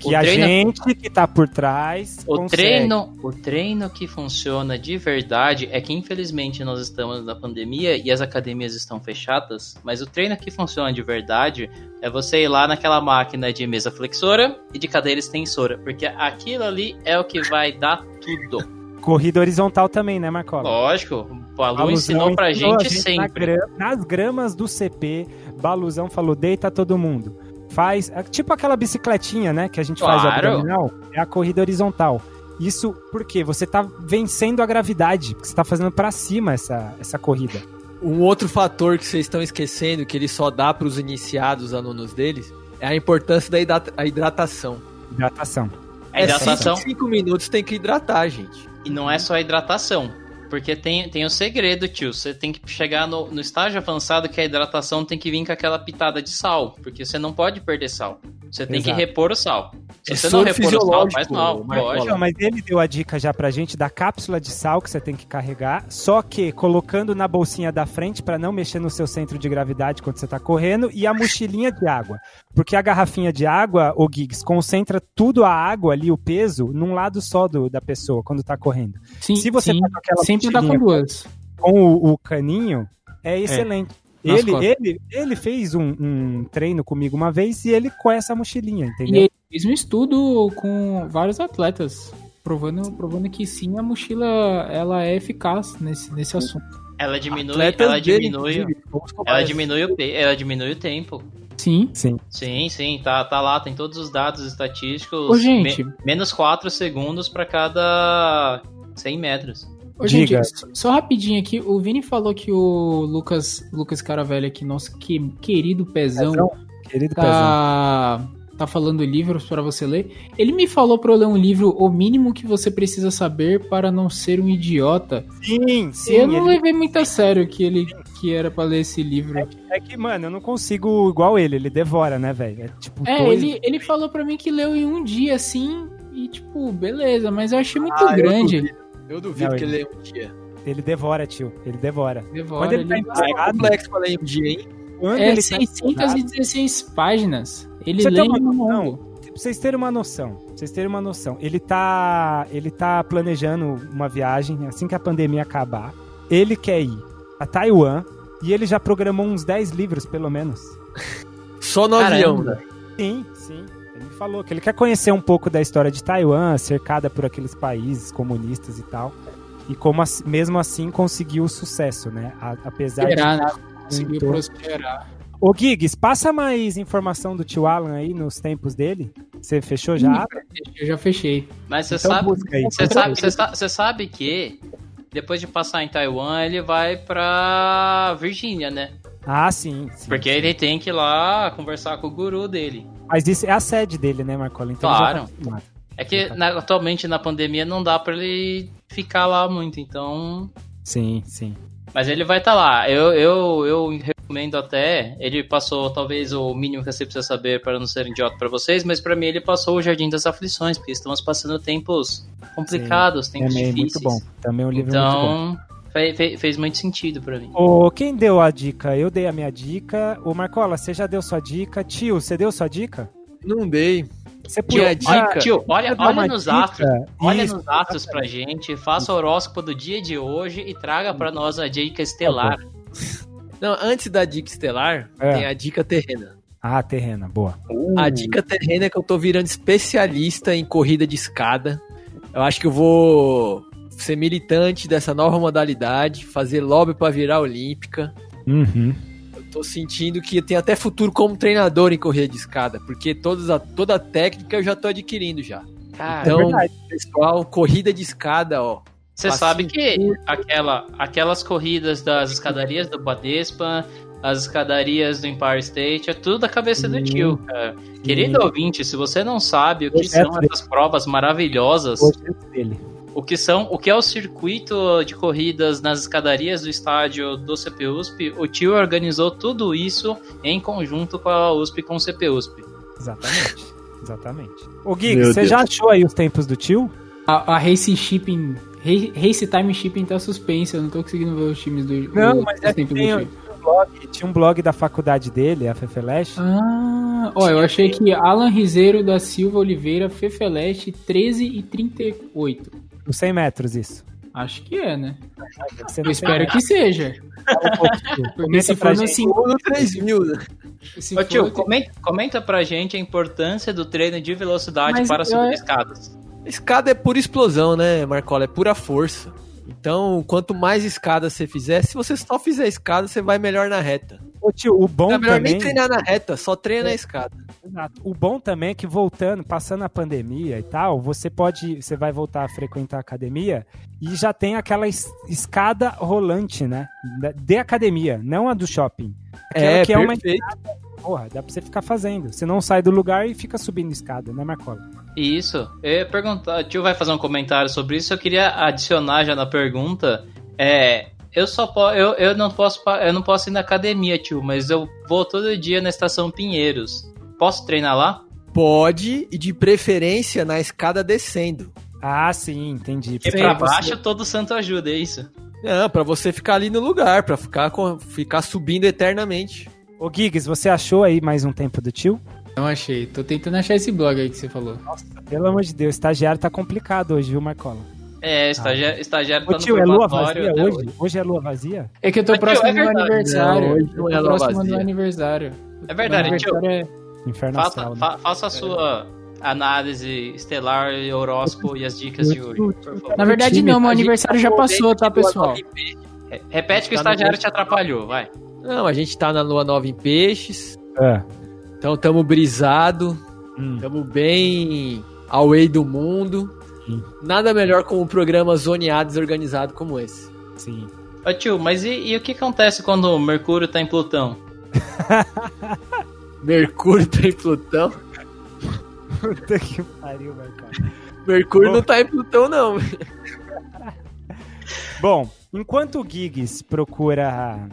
[SPEAKER 1] Que
[SPEAKER 2] o
[SPEAKER 1] a
[SPEAKER 2] treino, é
[SPEAKER 1] gente que tá por trás
[SPEAKER 2] o
[SPEAKER 1] consegue.
[SPEAKER 2] treino, o treino que funciona de verdade é que infelizmente nós estamos na pandemia e as academias estão fechadas, mas o treino que funciona de verdade é você ir lá naquela máquina de mesa flexora e de cadeira extensora, porque aquilo ali é o que vai dar tudo.
[SPEAKER 1] Corrida horizontal também, né, Marcola?
[SPEAKER 2] Lógico, o Balu
[SPEAKER 1] Baluzão
[SPEAKER 2] ensinou pra
[SPEAKER 1] ensinou a
[SPEAKER 2] gente
[SPEAKER 1] na
[SPEAKER 2] sempre.
[SPEAKER 1] gra- nas gramas do CP, Baluzão falou, deita todo mundo. Faz, é tipo aquela bicicletinha, né, que a gente faz
[SPEAKER 2] Claro.
[SPEAKER 1] abdominal, é a corrida horizontal. Isso porque você tá vencendo a gravidade, porque você tá fazendo pra cima essa, essa corrida.
[SPEAKER 3] Um outro fator que vocês estão esquecendo, que ele só dá para os iniciados, alunos deles, é a importância da hidrata- a hidratação.
[SPEAKER 1] Hidratação.
[SPEAKER 2] A hidratação.
[SPEAKER 3] É 5 minutos tem que hidratar, gente.
[SPEAKER 2] E não é só a hidratação. Porque tem, tem o segredo, tio. Você tem que chegar no, no estágio avançado que a hidratação tem que vir com aquela pitada de sal. Porque você não pode perder sal. Você tem que
[SPEAKER 1] Exato.
[SPEAKER 2] repor o sal. Se
[SPEAKER 3] É
[SPEAKER 2] você não
[SPEAKER 3] soro
[SPEAKER 2] repor o sal, faz
[SPEAKER 3] fisiológico,
[SPEAKER 2] mal.
[SPEAKER 3] Marcola.
[SPEAKER 2] Lógico.
[SPEAKER 1] Não, mas ele deu a dica já pra gente da cápsula de sal que você tem que carregar, só que colocando na bolsinha da frente pra não mexer no seu centro de gravidade quando você tá correndo e a mochilinha de água. Porque a garrafinha de água, o Giggs, concentra tudo a água ali, o peso, num lado só do- da pessoa quando tá correndo.
[SPEAKER 4] Sim,
[SPEAKER 1] Se você
[SPEAKER 4] sim.
[SPEAKER 1] tá com aquela
[SPEAKER 4] Sempre tá com
[SPEAKER 1] mochilinha
[SPEAKER 4] duas.
[SPEAKER 1] com o, o caninho, é excelente.
[SPEAKER 4] Nas
[SPEAKER 1] Ele,
[SPEAKER 4] costas.
[SPEAKER 1] ele, ele fez um, um treino comigo uma vez e ele com essa mochilinha,
[SPEAKER 4] E
[SPEAKER 1] entendeu?
[SPEAKER 4] ele fez um estudo com vários atletas, provando, provando que sim, a mochila ela é eficaz nesse, nesse assunto.
[SPEAKER 2] Ela diminui,
[SPEAKER 3] Atletas
[SPEAKER 2] ela
[SPEAKER 3] dele,
[SPEAKER 2] diminui.
[SPEAKER 3] inclusive, vamos comparar
[SPEAKER 2] Ela
[SPEAKER 3] isso.
[SPEAKER 2] diminui, o, pe- ela diminui o tempo.
[SPEAKER 4] Sim.
[SPEAKER 1] Sim.
[SPEAKER 2] Sim, sim, tá, tá lá, tem todos os dados estatísticos.
[SPEAKER 4] Ô, gente.
[SPEAKER 2] Me- menos 4 segundos pra cada 100 metros.
[SPEAKER 4] Ô, gente,
[SPEAKER 1] Diga.
[SPEAKER 4] só- só rapidinho aqui, o Vini falou que o Lucas, Lucas Caravelli aqui, nosso que- querido pezão,
[SPEAKER 1] Pezão, Querido pezão.
[SPEAKER 4] tá, tá falando livros pra você ler. Ele me falou pra eu ler um livro, o mínimo que você precisa saber para não ser um idiota.
[SPEAKER 1] Sim, sim.
[SPEAKER 4] eu não
[SPEAKER 1] ele-
[SPEAKER 4] levei muito a sério que ele que era pra ler esse livro.
[SPEAKER 1] É que, mano, eu não consigo igual ele, ele devora, né, velho? É tipo,
[SPEAKER 4] É,
[SPEAKER 1] dois-
[SPEAKER 4] ele, ele falou pra mim que leu em um dia, assim, e tipo, beleza, mas eu achei muito
[SPEAKER 3] Ah, eu
[SPEAKER 4] grande.
[SPEAKER 3] Eu duvido
[SPEAKER 1] Não,
[SPEAKER 3] que ele leia um dia.
[SPEAKER 1] ele devora, tio. Ele devora.
[SPEAKER 4] Devora,
[SPEAKER 1] Quando ele tá
[SPEAKER 4] ele-
[SPEAKER 3] Ah, é
[SPEAKER 1] empolgado,
[SPEAKER 3] complexo pra ler um dia, hein?
[SPEAKER 1] quando tá
[SPEAKER 4] É,
[SPEAKER 1] ele tá empolgado,
[SPEAKER 4] 616 páginas. Ele
[SPEAKER 1] Você tem
[SPEAKER 4] lê
[SPEAKER 1] uma
[SPEAKER 4] em um
[SPEAKER 1] noção?
[SPEAKER 4] longo.
[SPEAKER 1] Pra vocês terem uma noção, pra vocês terem uma noção, ele tá, ele tá planejando uma viagem assim que a pandemia acabar. Ele quer ir a Taiwan e ele já programou uns 10 livros, pelo menos.
[SPEAKER 3] Só no avião.
[SPEAKER 2] Caramba.
[SPEAKER 1] Sim, sim. Ele me falou que ele quer conhecer um pouco da história de Taiwan, cercada por aqueles países comunistas e tal. E como as- mesmo assim conseguiu o sucesso, né? A- apesar de.
[SPEAKER 4] Prosperar, né? Conseguiu
[SPEAKER 1] Então.
[SPEAKER 4] prosperar.
[SPEAKER 1] Ô, Gigs, passa mais informação do tio Alan aí nos tempos dele. Você fechou já? a aba?
[SPEAKER 4] Hum, Eu já fechei.
[SPEAKER 2] Mas Hum, você
[SPEAKER 1] Então
[SPEAKER 2] sabe,
[SPEAKER 1] busca aí.
[SPEAKER 2] você sabe, você sa- você sabe que depois de passar em Taiwan, ele vai pra Virgínia, né?
[SPEAKER 1] Ah, sim. sim.
[SPEAKER 2] Porque ele tem que ir lá conversar com o guru dele.
[SPEAKER 1] Mas isso é a sede dele, né, Marcola? Então ele
[SPEAKER 2] Claro.
[SPEAKER 1] já tá acostumado.
[SPEAKER 2] É que na- atualmente na pandemia não dá pra ele ficar lá muito, então.
[SPEAKER 1] Sim, sim.
[SPEAKER 2] Mas ele vai estar lá. Eu, eu, eu recomendo até. Ele passou talvez o mínimo que você precisa saber para não ser um idiota pra vocês, mas pra mim ele passou o Jardim das Aflições, porque estamos passando tempos complicados, tempos
[SPEAKER 1] Também, É muito
[SPEAKER 2] difícil.
[SPEAKER 1] bom.
[SPEAKER 2] difíceis.
[SPEAKER 1] Também um livro muito bom.
[SPEAKER 2] então, fe- fe- fez muito sentido pra mim.
[SPEAKER 1] Ô, quem deu a dica? Eu dei a minha dica. Ô, Marcola, você já deu sua dica. Tio, você deu sua dica?
[SPEAKER 3] Não dei.
[SPEAKER 1] Você
[SPEAKER 3] Tio,
[SPEAKER 1] podia
[SPEAKER 3] a dica-
[SPEAKER 1] dar-
[SPEAKER 2] Tio, olha,
[SPEAKER 1] podia dar uma
[SPEAKER 2] olha nos
[SPEAKER 1] dica?
[SPEAKER 2] astros. Olha
[SPEAKER 1] Isso.
[SPEAKER 2] nos astros pra gente, faça o horóscopo do dia de hoje e traga pra nós a dica estelar.
[SPEAKER 1] Tá
[SPEAKER 3] Não, antes da dica estelar,
[SPEAKER 1] É.
[SPEAKER 3] tem a dica terrena.
[SPEAKER 1] Ah, terrena, boa.
[SPEAKER 3] A dica terrena é que eu tô virando especialista em corrida de escada. Eu acho que eu vou ser militante dessa nova modalidade, fazer lobby pra virar olímpica.
[SPEAKER 1] Uhum.
[SPEAKER 3] Tô sentindo que tem até futuro como treinador em corrida de escada, porque todas a, toda a técnica eu já tô adquirindo já.
[SPEAKER 2] Cara,
[SPEAKER 3] Então,
[SPEAKER 1] verdade.
[SPEAKER 3] pessoal, corrida de escada, ó.
[SPEAKER 2] Você
[SPEAKER 3] Assim,
[SPEAKER 2] sabe que aquela, aquelas corridas das escadarias do Badespa, as escadarias do Empire State, é tudo da cabeça do
[SPEAKER 1] Sim.
[SPEAKER 2] tio, cara. Querido
[SPEAKER 1] Uhum.
[SPEAKER 2] ouvinte, se você não sabe o que
[SPEAKER 1] Projeto
[SPEAKER 2] são
[SPEAKER 1] dele.
[SPEAKER 2] essas provas maravilhosas,
[SPEAKER 5] é
[SPEAKER 1] Projeto dele.
[SPEAKER 2] o que são, o que é o circuito de corridas nas escadarias do estádio do CPUSP, o tio organizou tudo isso em conjunto com a USP e com o CPUSP.
[SPEAKER 1] Exatamente. Exatamente. Ô, Gui,
[SPEAKER 5] Meu
[SPEAKER 1] você
[SPEAKER 5] Deus.
[SPEAKER 1] já achou aí os tempos do tio?
[SPEAKER 4] A, a Race Shipping. Ra- Race Time Shipping tá suspensa, eu não tô conseguindo ver os times do
[SPEAKER 1] Não,
[SPEAKER 4] do-
[SPEAKER 1] mas
[SPEAKER 4] dos
[SPEAKER 1] é que
[SPEAKER 4] tempos do
[SPEAKER 1] tem-
[SPEAKER 4] time.
[SPEAKER 1] Blog, tinha um blog da faculdade dele, a Fefeleche.
[SPEAKER 4] Ah, ó, eu achei que Alan Rizeiro da Silva Oliveira, Fefeleste, 13 e 38.
[SPEAKER 1] Uns 100 metros, isso.
[SPEAKER 4] Acho que é, né?
[SPEAKER 1] Você
[SPEAKER 4] Eu espero que seja. Porque se for no 5.
[SPEAKER 3] Segundo 3 mil, né?
[SPEAKER 4] Se
[SPEAKER 2] Ô,
[SPEAKER 4] for
[SPEAKER 2] tio,
[SPEAKER 4] no cinco-
[SPEAKER 2] comenta, comenta pra gente a importância do treino de velocidade
[SPEAKER 4] Mas
[SPEAKER 2] para
[SPEAKER 4] eu-
[SPEAKER 2] subir escadas.
[SPEAKER 3] Escada é pura explosão, né, Marcola? É pura força. Então, quanto mais escada você fizer, se você só fizer escada, você vai melhor na reta.
[SPEAKER 1] Ô, tio, o bom
[SPEAKER 3] é melhor
[SPEAKER 1] também...
[SPEAKER 3] nem treinar na reta, só treina na escada.
[SPEAKER 1] Exato. O bom também é que voltando, passando a pandemia e tal, você pode, você vai voltar a frequentar a academia e já tem aquela es- escada rolante, né? Da- De academia, não a do shopping. Aquela
[SPEAKER 3] É,
[SPEAKER 1] que é uma
[SPEAKER 3] perfeito.
[SPEAKER 1] porra, dá pra você ficar fazendo. Você não sai do lugar e fica subindo escada, né, Marcola?
[SPEAKER 2] Isso. Eu ia perguntar, o tio vai fazer um comentário sobre isso. Eu queria adicionar já na pergunta. É, eu só po eu, eu não posso pa- eu não posso ir na academia, tio, mas eu vou todo dia na estação Pinheiros. Posso treinar lá?
[SPEAKER 3] Pode e de preferência na escada descendo.
[SPEAKER 1] Ah, sim, entendi.
[SPEAKER 2] Porque
[SPEAKER 4] Sei,
[SPEAKER 2] pra
[SPEAKER 4] você-
[SPEAKER 2] baixo todo santo ajuda, é isso.
[SPEAKER 3] Não, pra você ficar ali no lugar, pra ficar com- ficar subindo eternamente.
[SPEAKER 1] Ô, Gigs, você achou aí mais um tempo do tio?
[SPEAKER 4] Não achei. Tô tentando achar esse blog aí que você falou.
[SPEAKER 1] Pelo amor de Deus, estagiário tá complicado hoje, viu, Marcola?
[SPEAKER 2] É, estagiário, estagiário
[SPEAKER 1] Ô,
[SPEAKER 2] tá
[SPEAKER 1] tio,
[SPEAKER 2] no
[SPEAKER 1] é lua
[SPEAKER 2] purgatório
[SPEAKER 1] vazia
[SPEAKER 2] até
[SPEAKER 1] hoje? Hoje é lua vazia?
[SPEAKER 4] É que eu tô
[SPEAKER 2] Mas, tio,
[SPEAKER 4] próximo
[SPEAKER 2] é
[SPEAKER 4] do meu
[SPEAKER 2] verdade.
[SPEAKER 4] aniversário.
[SPEAKER 3] Não, hoje
[SPEAKER 4] Eu
[SPEAKER 3] não é
[SPEAKER 4] tô
[SPEAKER 3] lua
[SPEAKER 4] próximo do
[SPEAKER 3] vazia.
[SPEAKER 4] meu aniversário.
[SPEAKER 2] É verdade,
[SPEAKER 4] Meu
[SPEAKER 2] tio.
[SPEAKER 4] aniversário é-
[SPEAKER 1] Inferno astral,
[SPEAKER 2] Faça,
[SPEAKER 1] né?
[SPEAKER 2] fa- faça a sua análise estelar, e horóscopo e as dicas de hoje, por favor.
[SPEAKER 4] Na verdade,
[SPEAKER 1] time,
[SPEAKER 4] não, meu
[SPEAKER 3] a gente
[SPEAKER 4] aniversário já passou, tá, pessoal?
[SPEAKER 2] Re- Repete
[SPEAKER 1] Tá
[SPEAKER 2] que o estagiário te atrapalhou, vai.
[SPEAKER 3] Não, a gente tá na lua nova em peixes.
[SPEAKER 1] Ah,
[SPEAKER 3] Então tamo brisado,
[SPEAKER 1] hum.
[SPEAKER 3] tamo bem away do mundo.
[SPEAKER 1] Sim.
[SPEAKER 3] Nada melhor como um programa zoneado e desorganizado como esse.
[SPEAKER 1] Sim.
[SPEAKER 2] Ô tio, mas e, e o que acontece quando o Mercúrio tá em Plutão?
[SPEAKER 3] Mercúrio tá em Plutão.
[SPEAKER 1] Puta que pariu, Marcola.
[SPEAKER 3] Mercúrio
[SPEAKER 1] Bom.
[SPEAKER 3] não tá em Plutão, não.
[SPEAKER 1] Bom, enquanto o Gigs procura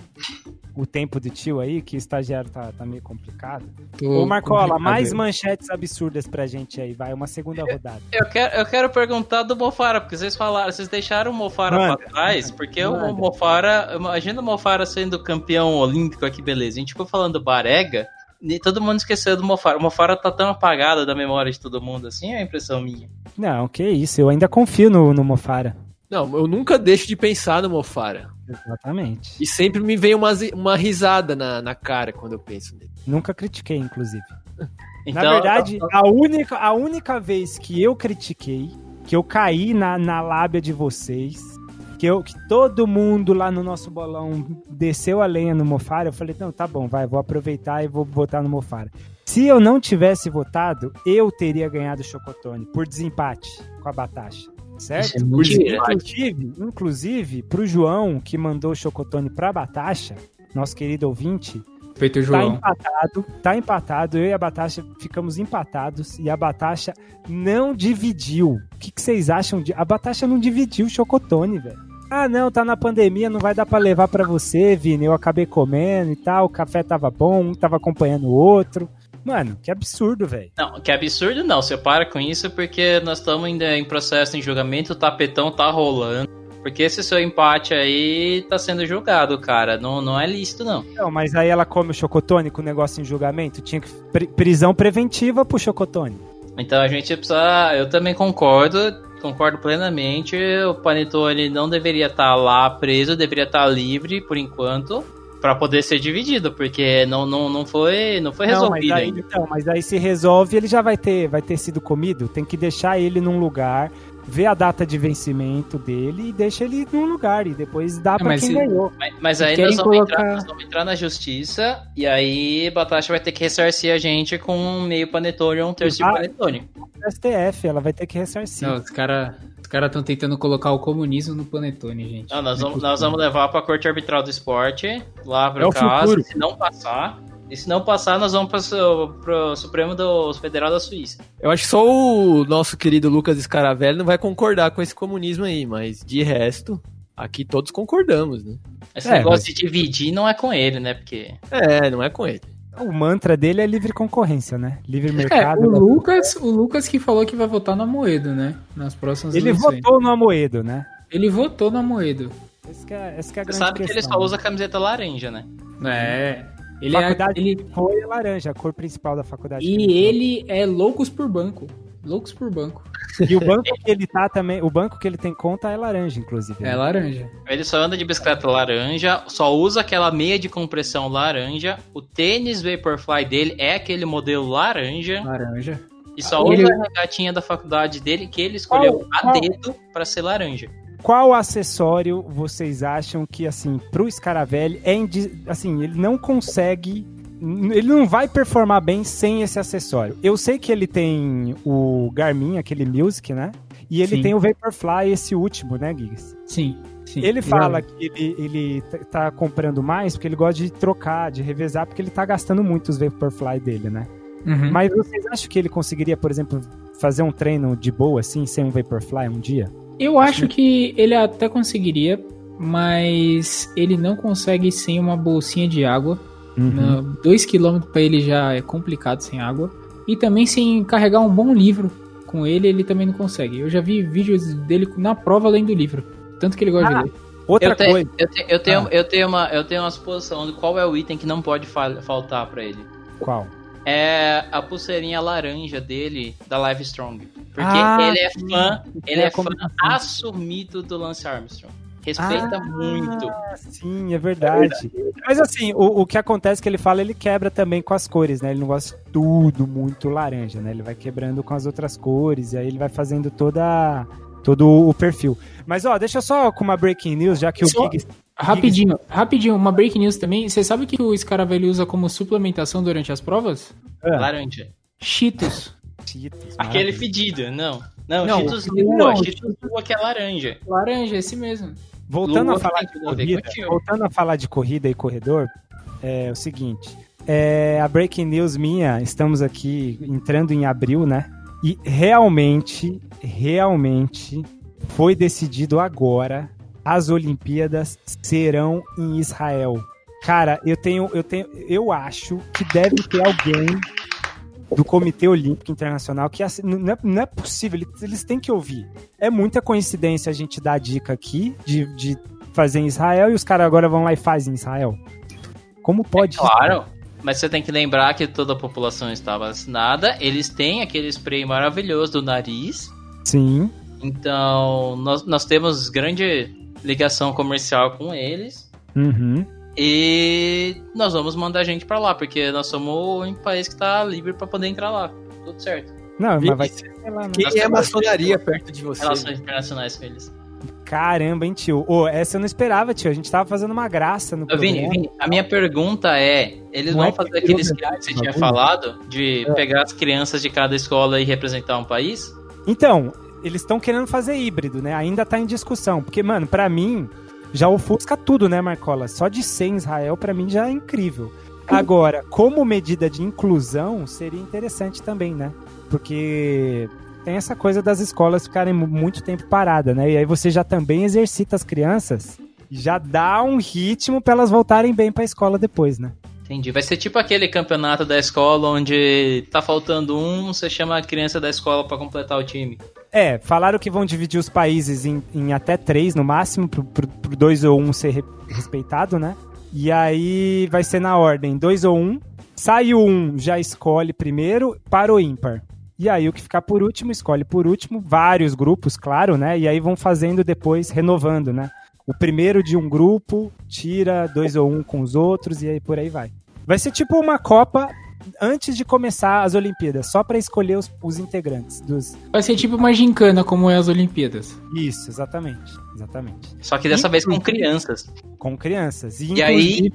[SPEAKER 1] o tempo do tio aí, que o estagiário tá, tá meio complicado.
[SPEAKER 4] Tô
[SPEAKER 1] Ô, Marcola,
[SPEAKER 4] complicado
[SPEAKER 1] mais
[SPEAKER 4] aí.
[SPEAKER 1] manchetes absurdas pra gente aí, vai. Uma segunda rodada.
[SPEAKER 2] Eu quero, eu quero perguntar do Mofara, porque vocês falaram, vocês deixaram o Mofara
[SPEAKER 1] Manda.
[SPEAKER 2] pra trás, porque
[SPEAKER 1] Manda.
[SPEAKER 2] o Mofara, imagina o Mofara sendo campeão olímpico aqui, beleza. A gente ficou falando do Barega, e todo mundo esqueceu do Mofara. O Mofara tá tão apagado da memória de todo mundo, assim é a impressão minha.
[SPEAKER 1] Não, que isso, eu ainda confio no, no Mofara.
[SPEAKER 3] Não, eu nunca deixo de pensar no Mofara.
[SPEAKER 1] Exatamente.
[SPEAKER 3] E sempre me vem uma, uma risada na, na cara quando eu penso nele.
[SPEAKER 1] Nunca critiquei, inclusive.
[SPEAKER 2] Então,
[SPEAKER 1] Na verdade, a única, a única vez que eu critiquei, que eu caí na, na lábia de vocês, que, eu, que todo mundo lá no nosso bolão desceu a lenha no Mofara, eu falei, não, tá bom, vai, vou aproveitar e vou votar no Mofara. Se eu não tivesse votado, eu teria ganhado o Chocotone por desempate com a Batasha. Certo?
[SPEAKER 2] Isso é mentira.
[SPEAKER 1] Inclusive, inclusive, pro João, que mandou o Chocotone pra Batasha, nosso querido ouvinte,
[SPEAKER 4] Feito
[SPEAKER 1] Tá
[SPEAKER 4] João.
[SPEAKER 1] empatado, tá empatado. Eu e a Batasha ficamos empatados e a Batasha não dividiu. O que, que vocês acham de. A Batasha não dividiu o chocotone, velho. Ah, não, tá na pandemia, não vai dar pra levar pra você, Vini. Eu acabei comendo e tal, o café tava bom, um tava acompanhando o outro. Mano, que absurdo, velho.
[SPEAKER 2] Não, que absurdo não, você para com isso porque nós estamos ainda em processo em julgamento, o tapetão tá rolando. Porque esse seu empate aí tá sendo julgado, cara. Não, não é lícito, não.
[SPEAKER 1] Não, mas aí ela come o chocotone com o negócio em julgamento, tinha que. pri- prisão preventiva pro chocotone.
[SPEAKER 2] Então a gente precisa. Eu também concordo, concordo plenamente. O Panetone não deveria estar lá preso, deveria estar livre por enquanto, pra poder ser dividido, porque não, não, não foi não foi
[SPEAKER 1] Não,
[SPEAKER 2] resolvido
[SPEAKER 1] mas aí,
[SPEAKER 2] ainda.
[SPEAKER 1] então, mas aí se resolve, ele já vai ter, vai ter sido comido. Tem que deixar ele num lugar, ver a data de vencimento dele e deixa ele num lugar. E depois dá pra
[SPEAKER 4] É, mas
[SPEAKER 1] quem
[SPEAKER 4] se-
[SPEAKER 1] ganhou.
[SPEAKER 2] Mas, mas
[SPEAKER 4] Se
[SPEAKER 2] aí
[SPEAKER 4] querem
[SPEAKER 2] nós vamos,
[SPEAKER 4] colocar-
[SPEAKER 2] entrar, nós vamos entrar na justiça e aí Batasha vai ter que ressarcir a gente com um meio panetone ou um terço
[SPEAKER 1] Ah.
[SPEAKER 2] de panetone.
[SPEAKER 1] O STF, ela vai ter que ressarcir.
[SPEAKER 4] Não, os caras os cara estão tentando colocar o comunismo no Panetone, gente.
[SPEAKER 2] Não, Então, nós,
[SPEAKER 4] Não é
[SPEAKER 2] vamos, nós
[SPEAKER 4] possível.
[SPEAKER 2] vamos levar pra Corte Arbitral do Esporte, lá
[SPEAKER 3] É
[SPEAKER 2] para
[SPEAKER 3] o
[SPEAKER 2] o caso,
[SPEAKER 3] futuro.
[SPEAKER 2] se não passar. E se não passar, nós vamos pro, pro Supremo do Federal da Suíça.
[SPEAKER 3] Eu acho que só o nosso querido Lucas Scaravelli não vai concordar com esse comunismo aí, mas de resto, aqui todos concordamos, né?
[SPEAKER 2] Esse
[SPEAKER 1] É,
[SPEAKER 2] negócio de dividir não é com ele, né? Porque.
[SPEAKER 3] É, não é com ele.
[SPEAKER 1] O mantra dele é livre concorrência, né? Livre
[SPEAKER 4] É,
[SPEAKER 1] mercado.
[SPEAKER 4] o Lucas, o Lucas que falou que vai votar no Amoedo, né? Nas próximas
[SPEAKER 1] ele
[SPEAKER 4] eleições.
[SPEAKER 1] votou no Amoedo, né?
[SPEAKER 4] Ele votou no Amoedo.
[SPEAKER 1] Essa que é, essa que é a
[SPEAKER 2] Você
[SPEAKER 1] grande
[SPEAKER 2] sabe que
[SPEAKER 1] questão.
[SPEAKER 2] ele só usa camiseta laranja, né?
[SPEAKER 4] É. Ele é,
[SPEAKER 1] Faculdade
[SPEAKER 4] ele,
[SPEAKER 1] Foi a laranja, a cor principal da faculdade.
[SPEAKER 4] e ele é loucos por banco. Loucos por banco.
[SPEAKER 1] E o banco que ele tá também, o banco que ele tem conta é laranja, inclusive.
[SPEAKER 4] É laranja.
[SPEAKER 2] Ele só anda de bicicleta laranja, só usa aquela meia de compressão laranja. O tênis Vaporfly dele é aquele modelo laranja.
[SPEAKER 4] Laranja.
[SPEAKER 2] E só usa
[SPEAKER 4] Ele-
[SPEAKER 2] a regatinha da faculdade dele, que ele escolheu a
[SPEAKER 1] Ah, qual-
[SPEAKER 2] dedo pra ser laranja.
[SPEAKER 1] Qual acessório vocês acham que, assim, pro Scaravelli é indi- assim, ele não consegue. n- Ele não vai performar bem sem esse acessório. Eu sei que ele tem o Garmin, aquele Music, né? E ele
[SPEAKER 4] Sim.
[SPEAKER 1] tem o Vaporfly, esse último, né, Gigs?
[SPEAKER 4] Sim, sim. é
[SPEAKER 1] Ele fala que ele, ele t- tá comprando mais porque ele gosta de trocar, de revezar, porque ele tá gastando muito os Vaporfly dele, né?
[SPEAKER 4] Uhum.
[SPEAKER 1] Mas vocês acham que ele conseguiria, por exemplo, fazer um treino de boa, assim, sem um Vaporfly um dia?
[SPEAKER 4] Eu acho que ele até conseguiria, mas ele não consegue sem uma bolsinha de água.
[SPEAKER 1] Uhum.
[SPEAKER 4] 2km pra ele já é complicado sem água. E também sem carregar um bom livro com ele, ele também não consegue. Eu já vi vídeos dele na prova lendo livro. Tanto que ele gosta
[SPEAKER 1] Ah,
[SPEAKER 4] de ler.
[SPEAKER 1] Outra
[SPEAKER 2] Eu tenho,
[SPEAKER 1] coisa. Ah.
[SPEAKER 2] eu, tenho, eu, tenho, eu, tenho uma, eu tenho uma suposição de qual é o item que não pode fal- faltar pra ele.
[SPEAKER 1] Qual?
[SPEAKER 2] É a pulseirinha laranja dele, da Live Strong. Porque
[SPEAKER 1] Ah,
[SPEAKER 2] ele é fã, ele
[SPEAKER 1] É
[SPEAKER 2] é,
[SPEAKER 1] a
[SPEAKER 2] fã
[SPEAKER 1] combinação.
[SPEAKER 2] assumido do Lance Armstrong. Respeita
[SPEAKER 1] Ah.
[SPEAKER 2] muito.
[SPEAKER 1] Sim, é verdade. Mas assim, o, o que acontece é que ele fala, ele quebra também com as cores, né? Ele não gosta de tudo muito laranja, né? Ele vai quebrando com as outras cores, e aí ele vai fazendo toda todo o perfil. Mas ó, deixa eu só com uma breaking news, já que
[SPEAKER 4] Só-
[SPEAKER 1] o Giggs...
[SPEAKER 4] Rapidinho, rapidinho, uma break news também. Você sabe o que o Scaravelli usa como suplementação durante as provas?
[SPEAKER 1] Tá.
[SPEAKER 2] Laranja.
[SPEAKER 4] Cheetos.
[SPEAKER 1] Cheetos,
[SPEAKER 2] Aquele
[SPEAKER 1] maravilha.
[SPEAKER 2] fedido, não. Não,
[SPEAKER 4] Não,
[SPEAKER 2] Cheetos
[SPEAKER 4] não,
[SPEAKER 2] Lua.
[SPEAKER 4] não,
[SPEAKER 2] Cheetos Lua que é laranja.
[SPEAKER 4] Laranja, esse mesmo.
[SPEAKER 1] Voltando a
[SPEAKER 2] Lua
[SPEAKER 1] falar
[SPEAKER 2] tem
[SPEAKER 1] de
[SPEAKER 2] tudo a ver com
[SPEAKER 1] corrida,
[SPEAKER 2] aquilo.
[SPEAKER 1] voltando a falar de corrida e corredor, é o seguinte, é, a breaking news minha, estamos aqui entrando em abril, né? E realmente, realmente foi decidido agora as Olimpíadas serão em Israel. Cara, eu tenho, eu tenho, eu acho que deve ter alguém do Comitê Olímpico Internacional que assi- não é, não é possível, eles, eles têm que ouvir. É muita coincidência a gente dar a dica aqui de, de fazer em Israel e os caras agora vão lá e fazem em Israel. Como pode?
[SPEAKER 2] É Claro. Mas você tem que lembrar que toda a população está vacinada. Eles têm aquele spray maravilhoso do nariz.
[SPEAKER 1] Sim.
[SPEAKER 2] Então, nós, nós temos grande ligação comercial com eles.
[SPEAKER 1] Uhum.
[SPEAKER 2] E nós vamos mandar gente pra lá, porque nós somos um país que tá livre pra poder entrar lá. Tudo certo.
[SPEAKER 1] Não, mas vai
[SPEAKER 3] Vixe,
[SPEAKER 1] ser lá, né?
[SPEAKER 3] Quem
[SPEAKER 2] Nossa,
[SPEAKER 3] é
[SPEAKER 2] eu
[SPEAKER 3] maçonaria perto de você?
[SPEAKER 2] Relações internacionais com eles.
[SPEAKER 1] Caramba, hein, tio? Ô, essa eu não esperava, tio. A gente tava fazendo uma graça no
[SPEAKER 2] Ô,
[SPEAKER 1] programa.
[SPEAKER 2] Vini, Vini, a minha pergunta é: eles
[SPEAKER 1] Não
[SPEAKER 2] vão
[SPEAKER 1] é
[SPEAKER 2] fazer
[SPEAKER 1] que
[SPEAKER 2] aquele
[SPEAKER 1] virou
[SPEAKER 2] esquema que você tinha
[SPEAKER 1] bagulho?
[SPEAKER 2] falado, de pegar as crianças de cada escola e representar um país?
[SPEAKER 1] Então, eles estão querendo fazer híbrido, né? Ainda tá em discussão. Porque, mano, pra mim, já ofusca tudo, né, Marcola? Só de ser em Israel, pra mim, já é incrível. Agora, como medida de inclusão, seria interessante também, né? Porque tem essa coisa das escolas ficarem mu- muito tempo parada, né? E aí você já também exercita as crianças, já dá um ritmo pra elas voltarem bem pra escola depois, né?
[SPEAKER 2] Entendi. Vai ser tipo aquele campeonato da escola onde tá faltando um, você chama a criança da escola pra completar o time.
[SPEAKER 1] É, falaram que vão dividir os países em, em até três, no máximo, pro, pro, pro dois ou um ser re- respeitado, né? E aí vai ser na ordem, dois ou um. Sai o um, já escolhe primeiro, para o ímpar. E aí o que ficar por último, escolhe por último, vários grupos, claro, né? E aí vão fazendo depois, renovando, né? O primeiro de um grupo tira dois ou um com os outros e aí por aí vai. Vai ser tipo uma Copa antes de começar as Olimpíadas, só pra escolher os, os integrantes dos,
[SPEAKER 4] Vai ser tipo uma gincana, como é as Olimpíadas.
[SPEAKER 1] isso, exatamente. Exatamente.
[SPEAKER 2] Só que dessa vez com crianças.
[SPEAKER 1] Com crianças. E,
[SPEAKER 2] E aí-
[SPEAKER 1] inclusive,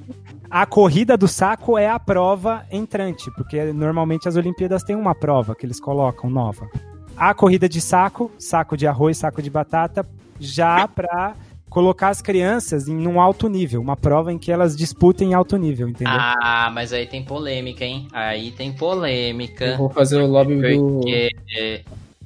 [SPEAKER 1] a corrida do saco é a prova entrante, porque normalmente as Olimpíadas têm uma prova que eles colocam nova. A corrida de saco, saco de arroz, saco de batata, já pra colocar as crianças em um alto nível, uma prova em que elas disputem em alto nível, entendeu?
[SPEAKER 2] Ah, mas aí tem polêmica, hein? Aí tem polêmica.
[SPEAKER 4] Eu vou fazer o lobby
[SPEAKER 2] é,
[SPEAKER 4] do.
[SPEAKER 2] Porque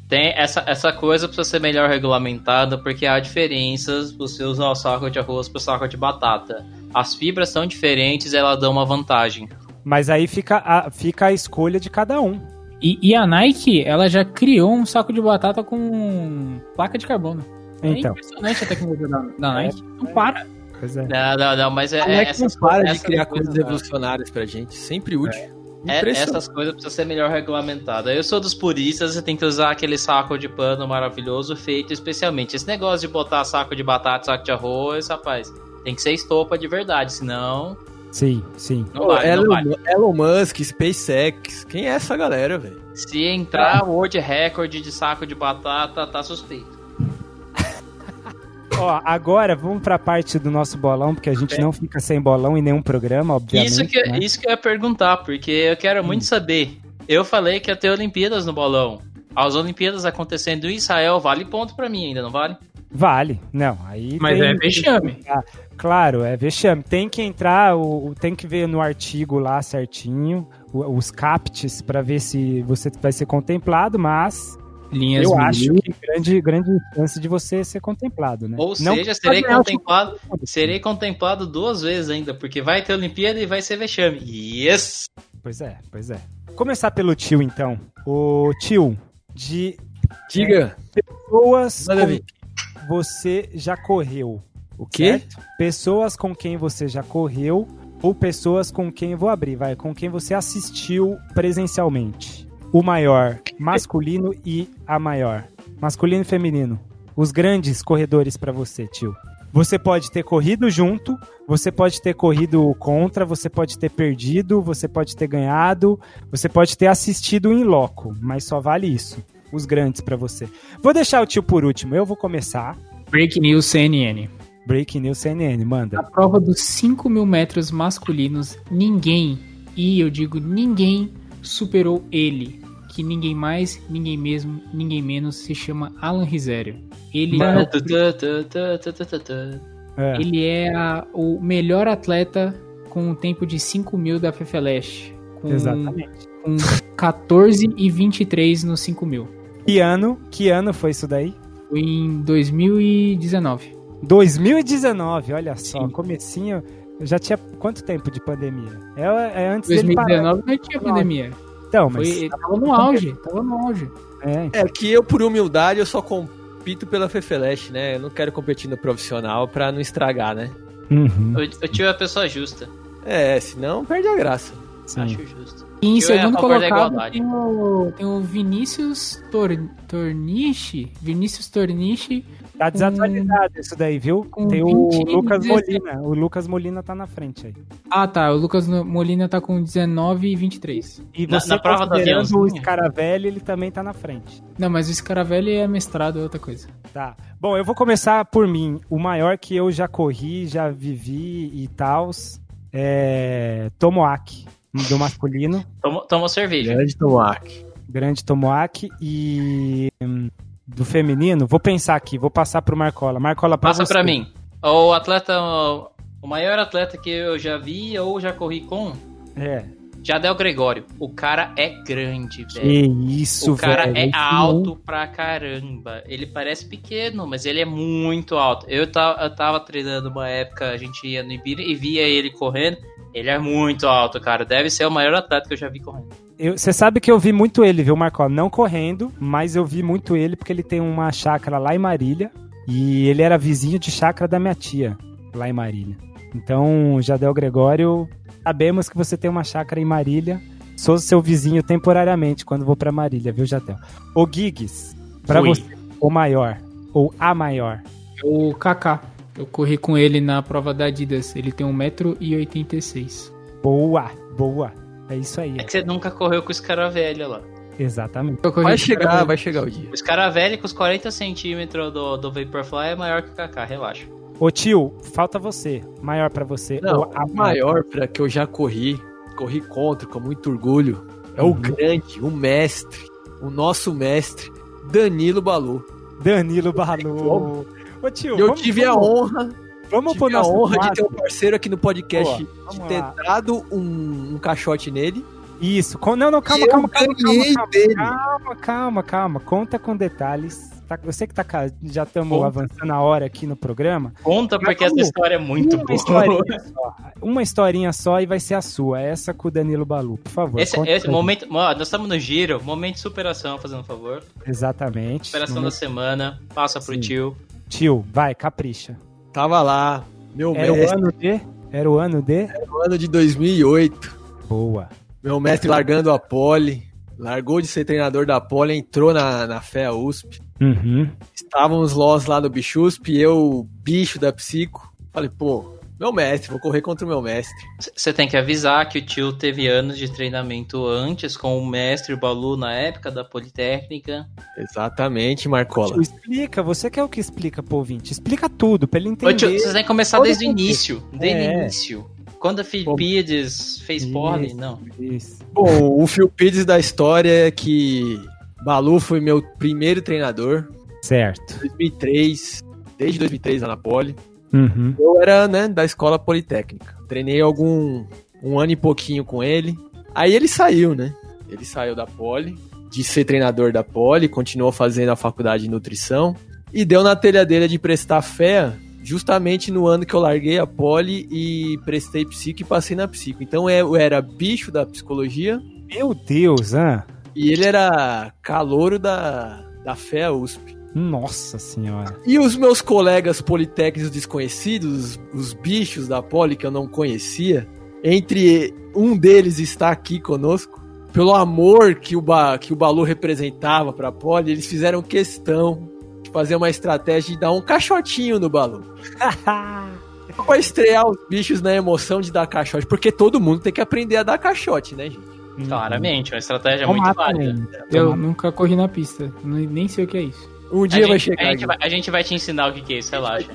[SPEAKER 2] tem essa, essa coisa precisa ser melhor regulamentada, porque há diferenças você usar o saco de arroz para o saco de batata. As fibras são diferentes, ela dá uma vantagem.
[SPEAKER 1] Mas aí fica a, fica a escolha de cada um.
[SPEAKER 4] E, e a Nike, ela já criou um saco de batata com placa de carbono. É
[SPEAKER 1] Então,
[SPEAKER 4] impressionante a tecnologia da, da
[SPEAKER 1] É,
[SPEAKER 4] Nike. Não para.
[SPEAKER 1] pois é.
[SPEAKER 2] Não, não, não, mas é,
[SPEAKER 3] Como é que não
[SPEAKER 2] essas,
[SPEAKER 3] para de
[SPEAKER 2] essas
[SPEAKER 3] criar
[SPEAKER 2] coisas-
[SPEAKER 3] coisas revolucionárias pra gente? Sempre útil.
[SPEAKER 2] é,
[SPEAKER 3] Impressionante.
[SPEAKER 2] essas coisas precisam ser melhor regulamentadas. Eu sou dos puristas e tem que usar aquele saco de pano maravilhoso feito especialmente. Esse negócio de botar saco de batata, saco de arroz, rapaz, tem que ser estopa de verdade, senão
[SPEAKER 1] Sim, sim.
[SPEAKER 2] não
[SPEAKER 3] Pô, é
[SPEAKER 2] vai, não
[SPEAKER 3] Elon,
[SPEAKER 2] vai.
[SPEAKER 3] Elon Musk, SpaceX, quem é essa galera, velho?
[SPEAKER 2] Se entrar o World Record de saco de batata, tá suspeito.
[SPEAKER 1] Ó, agora vamos pra parte do nosso bolão, porque a gente não fica sem bolão em nenhum programa,
[SPEAKER 4] é
[SPEAKER 1] obviamente.
[SPEAKER 2] Isso que,
[SPEAKER 1] né?
[SPEAKER 2] isso que eu ia perguntar, porque eu quero
[SPEAKER 4] Hum.
[SPEAKER 2] muito saber. Eu falei que ia ter Olimpíadas no bolão. As Olimpíadas acontecendo em Israel vale ponto pra mim ainda, não vale?
[SPEAKER 1] Vale, não. Aí
[SPEAKER 4] Mas
[SPEAKER 1] tem-
[SPEAKER 4] é vexame.
[SPEAKER 1] Claro, é vexame. Tem que entrar, o, o- tem que ver no artigo lá certinho o- os captes pra ver se você vai ser contemplado, mas
[SPEAKER 4] Linhas
[SPEAKER 1] eu
[SPEAKER 4] mil.
[SPEAKER 1] acho que grande grande chance de você ser contemplado, né?
[SPEAKER 2] Ou
[SPEAKER 1] Não
[SPEAKER 2] seja,
[SPEAKER 1] que-
[SPEAKER 2] serei
[SPEAKER 1] Não, acho que-
[SPEAKER 2] contemplado, serei contemplado duas vezes ainda, porque vai ter Olimpíada e vai ser vexame. Yes!
[SPEAKER 1] Pois é, pois é. Começar pelo tio então. O tio de
[SPEAKER 3] Diga,
[SPEAKER 1] pessoas
[SPEAKER 3] Manda ver.
[SPEAKER 1] com quem você já correu.
[SPEAKER 3] o quê?
[SPEAKER 1] Pessoas com quem você já correu ou pessoas com quem vou abrir, vai, com quem você assistiu presencialmente. O maior, masculino e a maior. Masculino e feminino. Os grandes corredores pra você, tio. Você pode ter corrido junto, você pode ter corrido contra, você pode ter perdido, você pode ter ganhado, você pode ter assistido em loco, mas só vale isso. Os grandes pra você. Vou deixar o tio por último. Eu vou começar.
[SPEAKER 4] Break News CNN.
[SPEAKER 1] Breaking News CNN, manda.
[SPEAKER 4] Na prova dos 5 mil metros masculinos, ninguém, e eu digo ninguém, superou ele. Que ninguém mais, ninguém mesmo, ninguém menos se chama Alan Risério. Ele,
[SPEAKER 1] Mano.
[SPEAKER 4] é,
[SPEAKER 1] É.
[SPEAKER 4] o- ele é a- o melhor atleta com um tempo de 5 mil da Fefeleche. Com,
[SPEAKER 1] Exatamente.
[SPEAKER 4] com 14 e 23 nos 5 mil.
[SPEAKER 1] Que ano? Que ano foi isso daí?
[SPEAKER 4] Foi em 2019.
[SPEAKER 1] 2019, olha só,
[SPEAKER 4] Sim.
[SPEAKER 1] comecinho. Já tinha quanto tempo de pandemia? É, é antes dele parar.
[SPEAKER 4] 2019 não tinha pandemia.
[SPEAKER 1] Então, mas
[SPEAKER 4] Foi, tava no auge, tava no auge.
[SPEAKER 1] é,
[SPEAKER 3] É que eu, por humildade, eu só compito pela Fefeleche, né? Eu não quero competir no profissional pra não estragar, né?
[SPEAKER 1] uhum,
[SPEAKER 2] Eu, eu tive a é pessoa justa.
[SPEAKER 3] É, senão perde a graça.
[SPEAKER 1] Sim.
[SPEAKER 2] Acho justo.
[SPEAKER 4] E em
[SPEAKER 2] Eu ia
[SPEAKER 4] segundo
[SPEAKER 2] a favor da
[SPEAKER 4] colocado
[SPEAKER 2] é igualdade.
[SPEAKER 4] tem
[SPEAKER 3] tá?
[SPEAKER 4] o, tem o Vinícius Tor, Torniche. Vinícius Torniche.
[SPEAKER 1] Tá desatualizado isso daí, viu?
[SPEAKER 4] com
[SPEAKER 1] Tem o
[SPEAKER 4] 20 e
[SPEAKER 1] Lucas
[SPEAKER 4] 17.
[SPEAKER 1] Molina. O Lucas Molina tá na frente aí.
[SPEAKER 4] Ah, tá. O Lucas Molina tá com 19 e 23.
[SPEAKER 1] E
[SPEAKER 2] Na-
[SPEAKER 1] você,
[SPEAKER 2] na prova da
[SPEAKER 1] considerando o
[SPEAKER 2] aviãozinho?
[SPEAKER 1] Scaravelli, ele também tá na frente.
[SPEAKER 4] Não, mas o Scaravelli é mestrado, é outra coisa.
[SPEAKER 1] Tá. Bom, eu vou começar por mim. O maior que eu já corri, já vivi e tals é Tomoaki, do masculino.
[SPEAKER 2] Tomou, tomou cerveja.
[SPEAKER 3] Grande Tomac.
[SPEAKER 1] Grande Tomoaki. E hum, do feminino, vou pensar aqui, vou passar pro Marcola. Marcola, pra
[SPEAKER 2] Passa
[SPEAKER 1] você.
[SPEAKER 2] pra mim. O atleta. O maior atleta que eu já vi ou já corri com.
[SPEAKER 1] É.
[SPEAKER 2] Jadel Gregório. O cara é grande,
[SPEAKER 1] Que
[SPEAKER 2] velho.
[SPEAKER 1] isso,
[SPEAKER 2] o cara
[SPEAKER 1] velho.
[SPEAKER 2] é
[SPEAKER 1] Isso
[SPEAKER 2] alto pra caramba. Ele parece pequeno, mas ele é muito alto. Eu, ta- eu tava treinando uma época, a gente ia no Ibira e via ele correndo. Ele é muito alto, cara. Deve ser o maior atleta que eu já vi correndo.
[SPEAKER 1] Eu- Você sabe que eu vi muito ele, viu, Marcola? Não correndo, mas eu vi muito ele porque ele tem uma chácara lá em Marília e ele era vizinho de chácara da minha tia lá em Marília. Então, Jadel Gregório, sabemos que você tem uma chácara em Marília. Sou seu vizinho temporariamente quando vou pra Marília, viu, Jadel? Ô, Giggs, pra
[SPEAKER 4] Oi.
[SPEAKER 1] você, o maior ou a maior?
[SPEAKER 4] O Kaká. Eu corri com ele na prova da Adidas. Ele tem 1,86m.
[SPEAKER 1] Boa, boa. É isso aí.
[SPEAKER 2] É que você nunca correu com os caras velhos lá.
[SPEAKER 1] Exatamente.
[SPEAKER 4] Eu corri
[SPEAKER 3] Vai
[SPEAKER 4] com o
[SPEAKER 3] chegar,
[SPEAKER 4] Scaravelli.
[SPEAKER 3] vai chegar o dia.
[SPEAKER 2] Os caras velhos com os 40 centímetros do, do Vaporfly é maior que o Kaká, relaxa.
[SPEAKER 1] Ô, tio, falta você. Maior pra você
[SPEAKER 3] Não,
[SPEAKER 1] ou a
[SPEAKER 3] o
[SPEAKER 1] maior?
[SPEAKER 3] maior pra que eu já corri, corri contra com muito orgulho, é
[SPEAKER 1] Uhum.
[SPEAKER 3] o grande, o mestre, o nosso mestre, Danilo Balu.
[SPEAKER 1] Danilo Balu. Ô tio,
[SPEAKER 3] E eu tive a honra,
[SPEAKER 1] vamos pro
[SPEAKER 3] tive a
[SPEAKER 1] nosso
[SPEAKER 3] honra de ter
[SPEAKER 1] quadro.
[SPEAKER 3] um parceiro aqui no podcast, de
[SPEAKER 1] vamos
[SPEAKER 3] ter
[SPEAKER 1] lá.
[SPEAKER 3] dado um, um caixote nele.
[SPEAKER 1] Isso. com- Não, não, calma,
[SPEAKER 3] E eu
[SPEAKER 1] calma, calma, calma,
[SPEAKER 3] ganhei
[SPEAKER 1] calma,
[SPEAKER 3] dele.
[SPEAKER 1] calma, calma, calma. Conta com detalhes. Tá, eu sei que tá, ca- já estamos
[SPEAKER 3] Conta.
[SPEAKER 1] avançando a hora aqui no programa.
[SPEAKER 2] Conta,
[SPEAKER 1] Mas
[SPEAKER 2] porque essa
[SPEAKER 1] vamos-
[SPEAKER 2] história é muito
[SPEAKER 1] uma
[SPEAKER 2] boa.
[SPEAKER 1] historinha só. Uma historinha só e vai ser a sua. Essa com o Danilo Balu, por favor.
[SPEAKER 2] Esse,
[SPEAKER 1] conta
[SPEAKER 2] esse
[SPEAKER 1] pra
[SPEAKER 2] momento, ó, nós estamos no giro, momento de superação, fazendo um favor.
[SPEAKER 1] gente. Exatamente.
[SPEAKER 2] Superação
[SPEAKER 1] Momento-
[SPEAKER 2] da semana, passa pro
[SPEAKER 1] Sim.
[SPEAKER 2] tio.
[SPEAKER 1] Tio, vai, capricha.
[SPEAKER 3] Tava lá, meu
[SPEAKER 1] Era o
[SPEAKER 3] mestre,
[SPEAKER 1] ano de... Era o ano de...
[SPEAKER 3] no ano de 2008.
[SPEAKER 1] Boa.
[SPEAKER 3] Meu mestre largando a pole, largou de ser treinador da pole, entrou na, na FEA USP.
[SPEAKER 1] Uhum.
[SPEAKER 3] Estávamos nós lá no Bichusp, eu, bicho da psico. Falei, pô, meu mestre, vou correr contra o meu mestre.
[SPEAKER 2] C- Você tem que avisar que o tio teve anos de treinamento antes com o mestre Balu na época da Politécnica.
[SPEAKER 3] Exatamente, Marcola.
[SPEAKER 1] Tio, explica. Você que é o que explica pro ouvinte. Explica tudo, pra ele entender.
[SPEAKER 2] Ô, tio, vocês têm que começar
[SPEAKER 1] Todo
[SPEAKER 2] desde o
[SPEAKER 1] contexto.
[SPEAKER 2] início. Desde
[SPEAKER 1] É.
[SPEAKER 2] o início. Quando a Filipides fez
[SPEAKER 1] Isso.
[SPEAKER 2] porre, não.
[SPEAKER 1] Isso.
[SPEAKER 3] Bom, o Phil Pires da história é que Balu foi meu primeiro treinador,
[SPEAKER 1] Certo.
[SPEAKER 3] 2003, desde 2003 lá na Poli.
[SPEAKER 1] Uhum.
[SPEAKER 3] Eu era, né, da escola politécnica. Treinei algum um ano e pouquinho com ele. Aí ele saiu, né? Ele saiu da Poli, de ser treinador da Poli, continuou fazendo a faculdade de nutrição e deu na telhadeira de prestar fé justamente no ano que eu larguei a Poli e prestei psico e passei na psico. Então eu era bicho da psicologia
[SPEAKER 1] Meu Deus, ah.
[SPEAKER 3] E ele era calouro da, da FEA USP.
[SPEAKER 1] Nossa senhora.
[SPEAKER 3] E os meus colegas politécnicos desconhecidos, os bichos da Poli que eu não conhecia, entre um deles está aqui conosco, pelo amor que o, ba, que o Balu representava para a Poli, eles fizeram questão de fazer uma estratégia de dar um caixotinho no Balu. Só Pra estrear os bichos na emoção de dar caixote, porque todo mundo tem que aprender a dar caixote, né, gente?
[SPEAKER 2] Claramente, é uma estratégia
[SPEAKER 1] Uhum. Vamos lá
[SPEAKER 2] muito válida.
[SPEAKER 1] também.
[SPEAKER 4] Eu nunca corri na pista. Nem nem sei o que é isso.
[SPEAKER 3] Um
[SPEAKER 2] A
[SPEAKER 3] dia vai
[SPEAKER 2] gente- a
[SPEAKER 3] chegar.
[SPEAKER 2] gente
[SPEAKER 3] gente.
[SPEAKER 2] vai- a gente vai te ensinar o que que é isso, relaxa.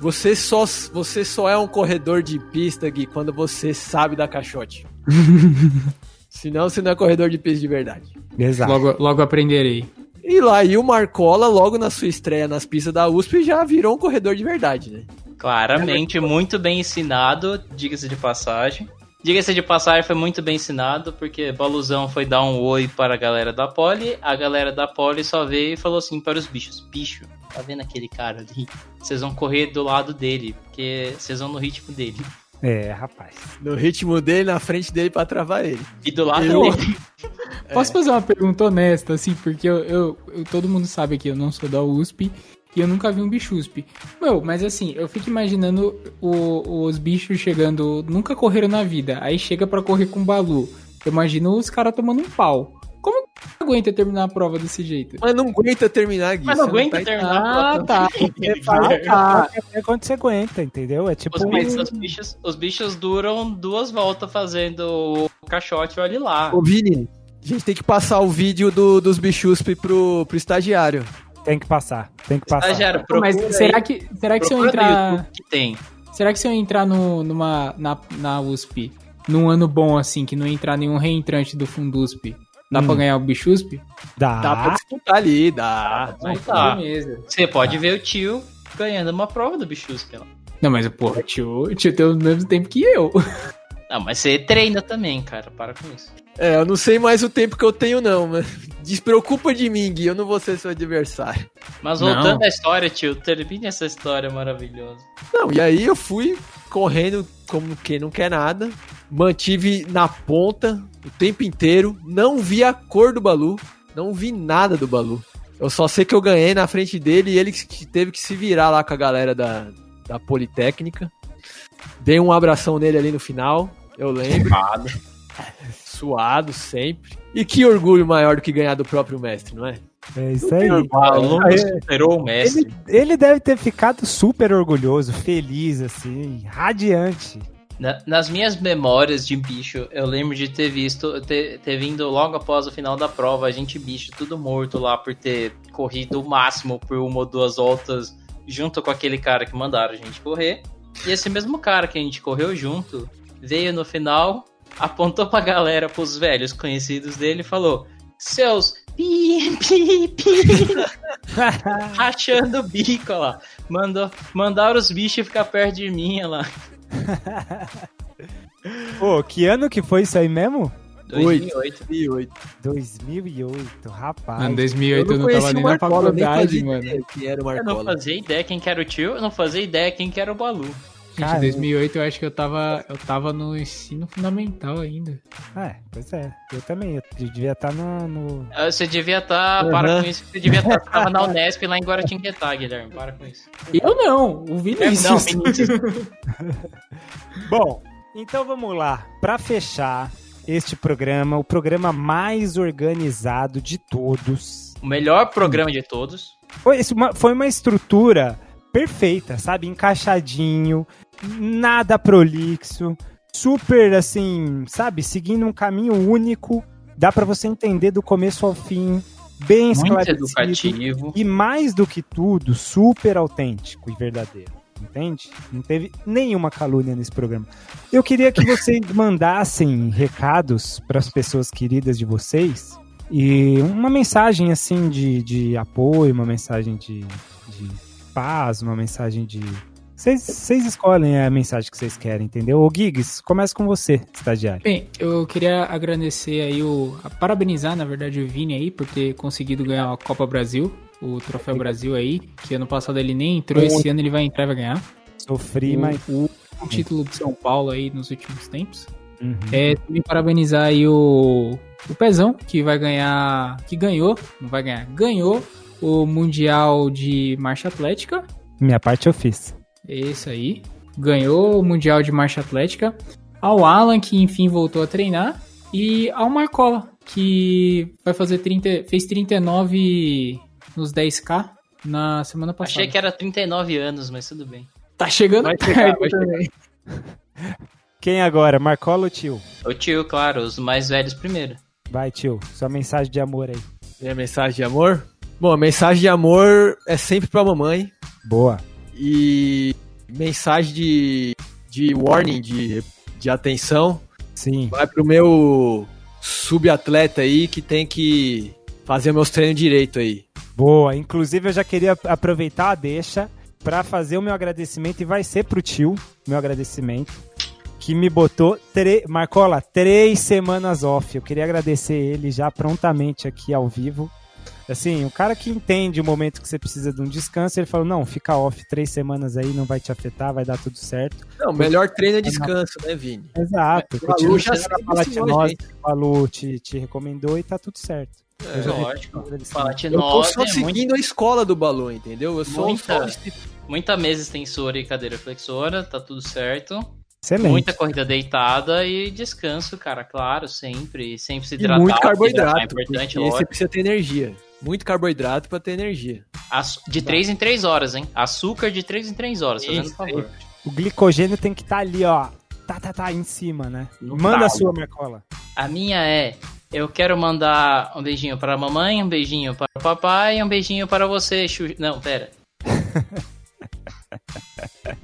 [SPEAKER 3] Você só, você só é um corredor de pista, Gui, quando você sabe dar caixote. Senão você não é corredor de pista de verdade.
[SPEAKER 1] Exato.
[SPEAKER 4] Logo, logo aprenderei.
[SPEAKER 3] E lá, e o Marcola, logo na sua estreia nas pistas da USP, já virou um corredor de verdade, né?
[SPEAKER 4] É
[SPEAKER 2] Claramente, muito bem ensinado, diga-se de passagem. Diga-se de passagem, foi muito bem ensinado, porque Baluzão foi dar um oi para a galera da Poli, a galera da Poli só veio e falou assim para os bichos, bicho, tá vendo aquele cara ali? Vocês vão correr do lado dele, porque vocês vão no ritmo dele.
[SPEAKER 1] É, rapaz.
[SPEAKER 3] No ritmo dele, na frente dele, pra travar ele.
[SPEAKER 2] E do lado
[SPEAKER 3] Eu-
[SPEAKER 2] dele, É.
[SPEAKER 4] Posso fazer uma pergunta honesta, assim, porque eu, eu- eu- todo mundo sabe que eu não sou da USP E eu nunca vi um bichuspe. Meu, mas assim, eu fico imaginando o- os bichos chegando. Nunca correram na vida. Aí chega pra correr com o Balu. Eu imagino os caras tomando um pau. Como que aguenta terminar a prova desse jeito?
[SPEAKER 3] Mas não aguenta terminar, Gui.
[SPEAKER 2] Mas não
[SPEAKER 3] você
[SPEAKER 2] aguenta
[SPEAKER 3] tá-
[SPEAKER 2] terminar a
[SPEAKER 4] Ah,
[SPEAKER 2] prova.
[SPEAKER 4] tá.
[SPEAKER 1] Você faz ah, até quando você aguenta, entendeu? É tipo
[SPEAKER 2] Os
[SPEAKER 1] um-
[SPEAKER 2] bichos, os, bichos, os bichos duram duas voltas fazendo o caixote, olha lá.
[SPEAKER 3] tá. Ô, Vini, a gente tem que passar o vídeo do, dos bichuspe pro, pro estagiário.
[SPEAKER 1] Tem que passar, tem que passar.
[SPEAKER 2] Estagiário,
[SPEAKER 4] Então, Mas
[SPEAKER 2] Ah, procura
[SPEAKER 4] será
[SPEAKER 2] aí,
[SPEAKER 4] que, será que se eu
[SPEAKER 2] procura no
[SPEAKER 4] entrar.
[SPEAKER 2] YouTube que tem.
[SPEAKER 4] Será que se eu entrar no, numa, na, na USP, num ano bom assim, que não entrar nenhum reentrante do Fundusp, dá
[SPEAKER 1] Hum.
[SPEAKER 4] pra ganhar o Bichusp?
[SPEAKER 1] Dá.
[SPEAKER 3] Dá pra disputar ali, dá.
[SPEAKER 2] Mas
[SPEAKER 4] tá.
[SPEAKER 2] tá. Você pode ver o tio ganhando uma prova do bichuspe lá.
[SPEAKER 4] Não, mas porra, tio, tio tem o mesmo tempo que eu.
[SPEAKER 2] Não, mas você treina também, cara. Para com isso.
[SPEAKER 3] É, eu não sei mais o tempo que eu tenho, não, mas despreocupa de mim, Gui, eu não vou ser seu adversário.
[SPEAKER 2] Mas
[SPEAKER 4] Não.
[SPEAKER 2] voltando à história, tio, termine essa história maravilhosa.
[SPEAKER 3] Não, e aí eu fui correndo como quem não quer nada, mantive na ponta o tempo inteiro, não vi a cor do Balu, não vi nada do Balu. Eu só sei que eu ganhei na frente dele e ele que teve que se virar lá com a galera da, da Politécnica. Dei um abração nele ali no final, eu lembro. Suado sempre. E que orgulho maior do que ganhar do próprio mestre, não é?
[SPEAKER 1] É isso aí.
[SPEAKER 2] O aluno
[SPEAKER 1] Aê.
[SPEAKER 2] superou o mestre.
[SPEAKER 1] Ele, ele deve ter ficado super orgulhoso, feliz, assim, radiante.
[SPEAKER 2] Na- nas minhas memórias de bicho, eu lembro de ter visto, ter, ter vindo logo após o final da prova, a gente bicho tudo morto lá por ter corrido o máximo por uma ou duas voltas junto com aquele cara que mandaram a gente correr. E esse mesmo cara que a gente correu junto veio no final, apontou pra galera, pros velhos conhecidos dele e falou: Seus pi, pi, pi, rachando o bico olha lá. Mandou, mandaram os bichos ficar perto de mim olha lá.
[SPEAKER 1] Pô, que ano que foi isso aí mesmo?
[SPEAKER 2] 2008.
[SPEAKER 3] 2008.
[SPEAKER 1] 2008, rapaz.
[SPEAKER 4] Mano, 2008 eu não,
[SPEAKER 3] conhecia
[SPEAKER 4] tava
[SPEAKER 3] o
[SPEAKER 4] nem na
[SPEAKER 3] Marcola, eu nem
[SPEAKER 4] faculdade,
[SPEAKER 3] fazia
[SPEAKER 4] mano.
[SPEAKER 3] ideia que era o
[SPEAKER 2] Eu não
[SPEAKER 3] Marcola.
[SPEAKER 2] fazia ideia quem que era o tio, eu não fazia ideia quem que era o Balu.
[SPEAKER 4] Gente,
[SPEAKER 1] Caramba.
[SPEAKER 4] em 2008 eu acho que eu tava, eu tava no ensino fundamental ainda.
[SPEAKER 1] É, pois é. Eu também, eu devia estar no, no-
[SPEAKER 2] Ah, Você devia estar,
[SPEAKER 3] Uhum.
[SPEAKER 2] para com isso, você devia estar tava na Unesp lá em Guaratinguetá, Guilherme, para com isso.
[SPEAKER 4] Eu não, o Vinícius.
[SPEAKER 2] Não, Vinícius.
[SPEAKER 1] Bom, então vamos lá. Pra fechar este programa, o programa mais organizado de todos.
[SPEAKER 2] O melhor programa de todos.
[SPEAKER 1] Foi, isso uma- foi uma estrutura perfeita, sabe? Encaixadinho, nada prolixo, super assim, sabe? Seguindo um caminho único, dá pra você entender do começo ao fim, bem
[SPEAKER 3] é
[SPEAKER 2] Muito
[SPEAKER 1] esclarecido
[SPEAKER 2] educativo.
[SPEAKER 1] e mais do que tudo, super autêntico e verdadeiro. Entende? Não teve nenhuma calúnia nesse programa. Eu queria que vocês mandassem recados para as pessoas queridas de vocês e uma mensagem assim de, de apoio, uma mensagem de, de paz, uma mensagem de. Vocês vocês escolhem a mensagem que vocês querem, entendeu? Ô Gigs, começa com você, estagiário.
[SPEAKER 4] Bem, eu queria agradecer aí o. a- Parabenizar, na verdade, o Vini aí por ter conseguido ganhar a Copa Brasil, o Troféu Brasil aí, que ano passado ele nem entrou, esse ano ele vai entrar e vai ganhar.
[SPEAKER 1] Sofri, mas.
[SPEAKER 4] o, o título de São Paulo aí nos últimos tempos.
[SPEAKER 1] Uhum.
[SPEAKER 4] É, também parabenizar aí o, o Pezão, que vai ganhar. Que ganhou, não vai ganhar, ganhou o Mundial de Marcha Atlética.
[SPEAKER 1] Minha parte eu fiz.
[SPEAKER 4] É isso aí. Ganhou o Mundial de Marcha Atlética. Ao Alan, que enfim voltou a treinar. E ao Marcola, que vai fazer 30, fez 39 nos 10K na semana passada.
[SPEAKER 2] Achei que era 39 anos, mas tudo bem.
[SPEAKER 4] Tá chegando
[SPEAKER 3] Vai
[SPEAKER 4] perto
[SPEAKER 3] chegar, vai
[SPEAKER 4] também.
[SPEAKER 1] Quem agora? Marcola ou tio?
[SPEAKER 2] O tio, claro, os mais velhos primeiro.
[SPEAKER 1] Vai, tio. Sua mensagem de amor aí.
[SPEAKER 3] Minha mensagem de amor? Bom, a mensagem de amor é sempre pra mamãe.
[SPEAKER 1] Boa.
[SPEAKER 3] E mensagem de, de warning, de, de atenção,
[SPEAKER 1] Sim.
[SPEAKER 3] vai pro meu subatleta aí que tem que fazer meus treinos direito aí.
[SPEAKER 1] Boa. Inclusive, eu já queria aproveitar a deixa pra fazer o meu agradecimento e vai ser pro tio, meu agradecimento, que me botou, tre... Marcola, três semanas off. Eu queria agradecer ele já prontamente aqui ao vivo. Assim, o cara que entende o momento que você precisa de um descanso, ele falou: não, fica off três semanas aí, não vai te afetar, vai dar tudo certo.
[SPEAKER 3] Não, melhor treino é descanso, né, Vini?
[SPEAKER 1] Exato.
[SPEAKER 3] O Balu já
[SPEAKER 1] sendo a
[SPEAKER 3] sempre ensinou a
[SPEAKER 1] palatinose
[SPEAKER 3] gente.
[SPEAKER 1] que o Balu te, te recomendou e tá tudo certo.
[SPEAKER 2] É, lógico.
[SPEAKER 3] Eu tô
[SPEAKER 2] Palatinose
[SPEAKER 3] só
[SPEAKER 2] é muito-
[SPEAKER 3] seguindo a escola do Balu, entendeu? Eu sou um
[SPEAKER 2] Muita.
[SPEAKER 3] só-
[SPEAKER 2] muita mesa extensora e cadeira flexora, tá tudo certo.
[SPEAKER 1] Excelente.
[SPEAKER 2] Muita corrida deitada e descanso, cara, claro, sempre. Sempre se
[SPEAKER 3] E
[SPEAKER 2] hidratar.
[SPEAKER 3] muito
[SPEAKER 2] hidratar
[SPEAKER 3] carboidrato.
[SPEAKER 2] É importante,
[SPEAKER 3] porque você
[SPEAKER 2] lógico.
[SPEAKER 3] precisa ter energia. Muito carboidrato pra ter energia.
[SPEAKER 2] Açu- De 3 em 3 horas, hein? Açúcar de 3 em 3 horas, fazendo
[SPEAKER 3] Isso,
[SPEAKER 2] favor.
[SPEAKER 1] O glicogênio tem que estar ali, ó. Tá, tá, tá, em cima, né?
[SPEAKER 2] No
[SPEAKER 1] Manda
[SPEAKER 4] tá.
[SPEAKER 1] a
[SPEAKER 2] talo.
[SPEAKER 1] sua, Marcola.
[SPEAKER 2] A minha é: eu quero mandar um beijinho para a mamãe, um beijinho para o papai e um beijinho para você, Xu... Não, pera.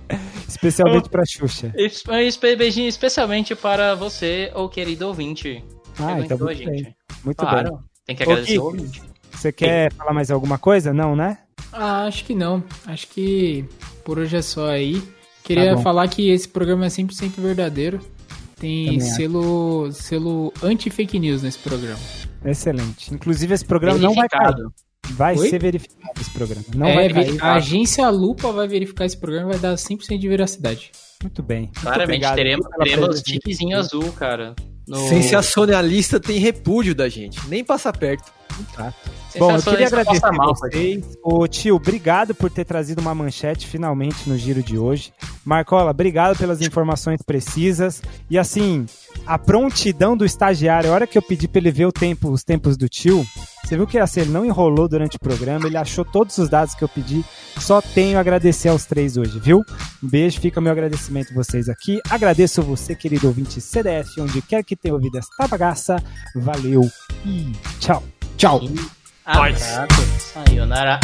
[SPEAKER 1] Especialmente pra Xuxa.
[SPEAKER 2] Es- espe- Beijinho especialmente para você, ou querido ouvinte.
[SPEAKER 1] Ah,
[SPEAKER 2] Você
[SPEAKER 1] então
[SPEAKER 2] aguentou a
[SPEAKER 1] muito bem.
[SPEAKER 2] gente.
[SPEAKER 1] Muito bem.
[SPEAKER 2] Claro. Tem que agradecer
[SPEAKER 1] Ô,
[SPEAKER 2] o ouvinte.
[SPEAKER 1] Você quer falar mais alguma coisa? Não, né?
[SPEAKER 4] Ah, acho que não. Acho que por hoje é só aí. Queria
[SPEAKER 1] Tá bom.
[SPEAKER 4] falar que esse programa é 100% verdadeiro. Tem
[SPEAKER 1] Também acho.
[SPEAKER 4] selo, selo anti-fake news nesse programa.
[SPEAKER 1] Excelente. Inclusive, esse programa não vai cair.
[SPEAKER 2] Verificado.
[SPEAKER 1] Vai
[SPEAKER 4] Oi?
[SPEAKER 1] ser verificado esse programa. Não
[SPEAKER 4] é,
[SPEAKER 1] vai
[SPEAKER 4] ver-
[SPEAKER 1] cair. tá?
[SPEAKER 4] a agência Lupa vai verificar esse programa e vai dar 100% de veracidade.
[SPEAKER 1] Muito bem. Muito
[SPEAKER 2] Claramente
[SPEAKER 1] obrigado
[SPEAKER 2] teremos,
[SPEAKER 1] pela
[SPEAKER 2] teremos
[SPEAKER 1] presença.
[SPEAKER 2] tiquezinho azul, cara. No...
[SPEAKER 3] Sensacionalista tem repúdio da gente. Nem passa perto.
[SPEAKER 1] Bom, eu queria
[SPEAKER 2] Sensacionalista
[SPEAKER 1] agradecer
[SPEAKER 2] passa
[SPEAKER 1] a
[SPEAKER 2] mal,
[SPEAKER 1] vocês. Ô, tio, obrigado por ter trazido uma manchete finalmente no giro de hoje. Marcola, obrigado pelas informações precisas. E assim, a prontidão do estagiário, a hora que eu pedi pra ele ver o tempo, os tempos do tio, você viu que assim, ele não enrolou durante o programa, ele achou todos os dados que eu pedi. Só tenho a agradecer aos três hoje, viu? Um beijo, fica meu agradecimento a vocês aqui. Agradeço você, querido ouvinte CDF, onde quer que tenha ouvido esta bagaça. Valeu e tchau. Tchau.
[SPEAKER 2] Abraço. Sayonara.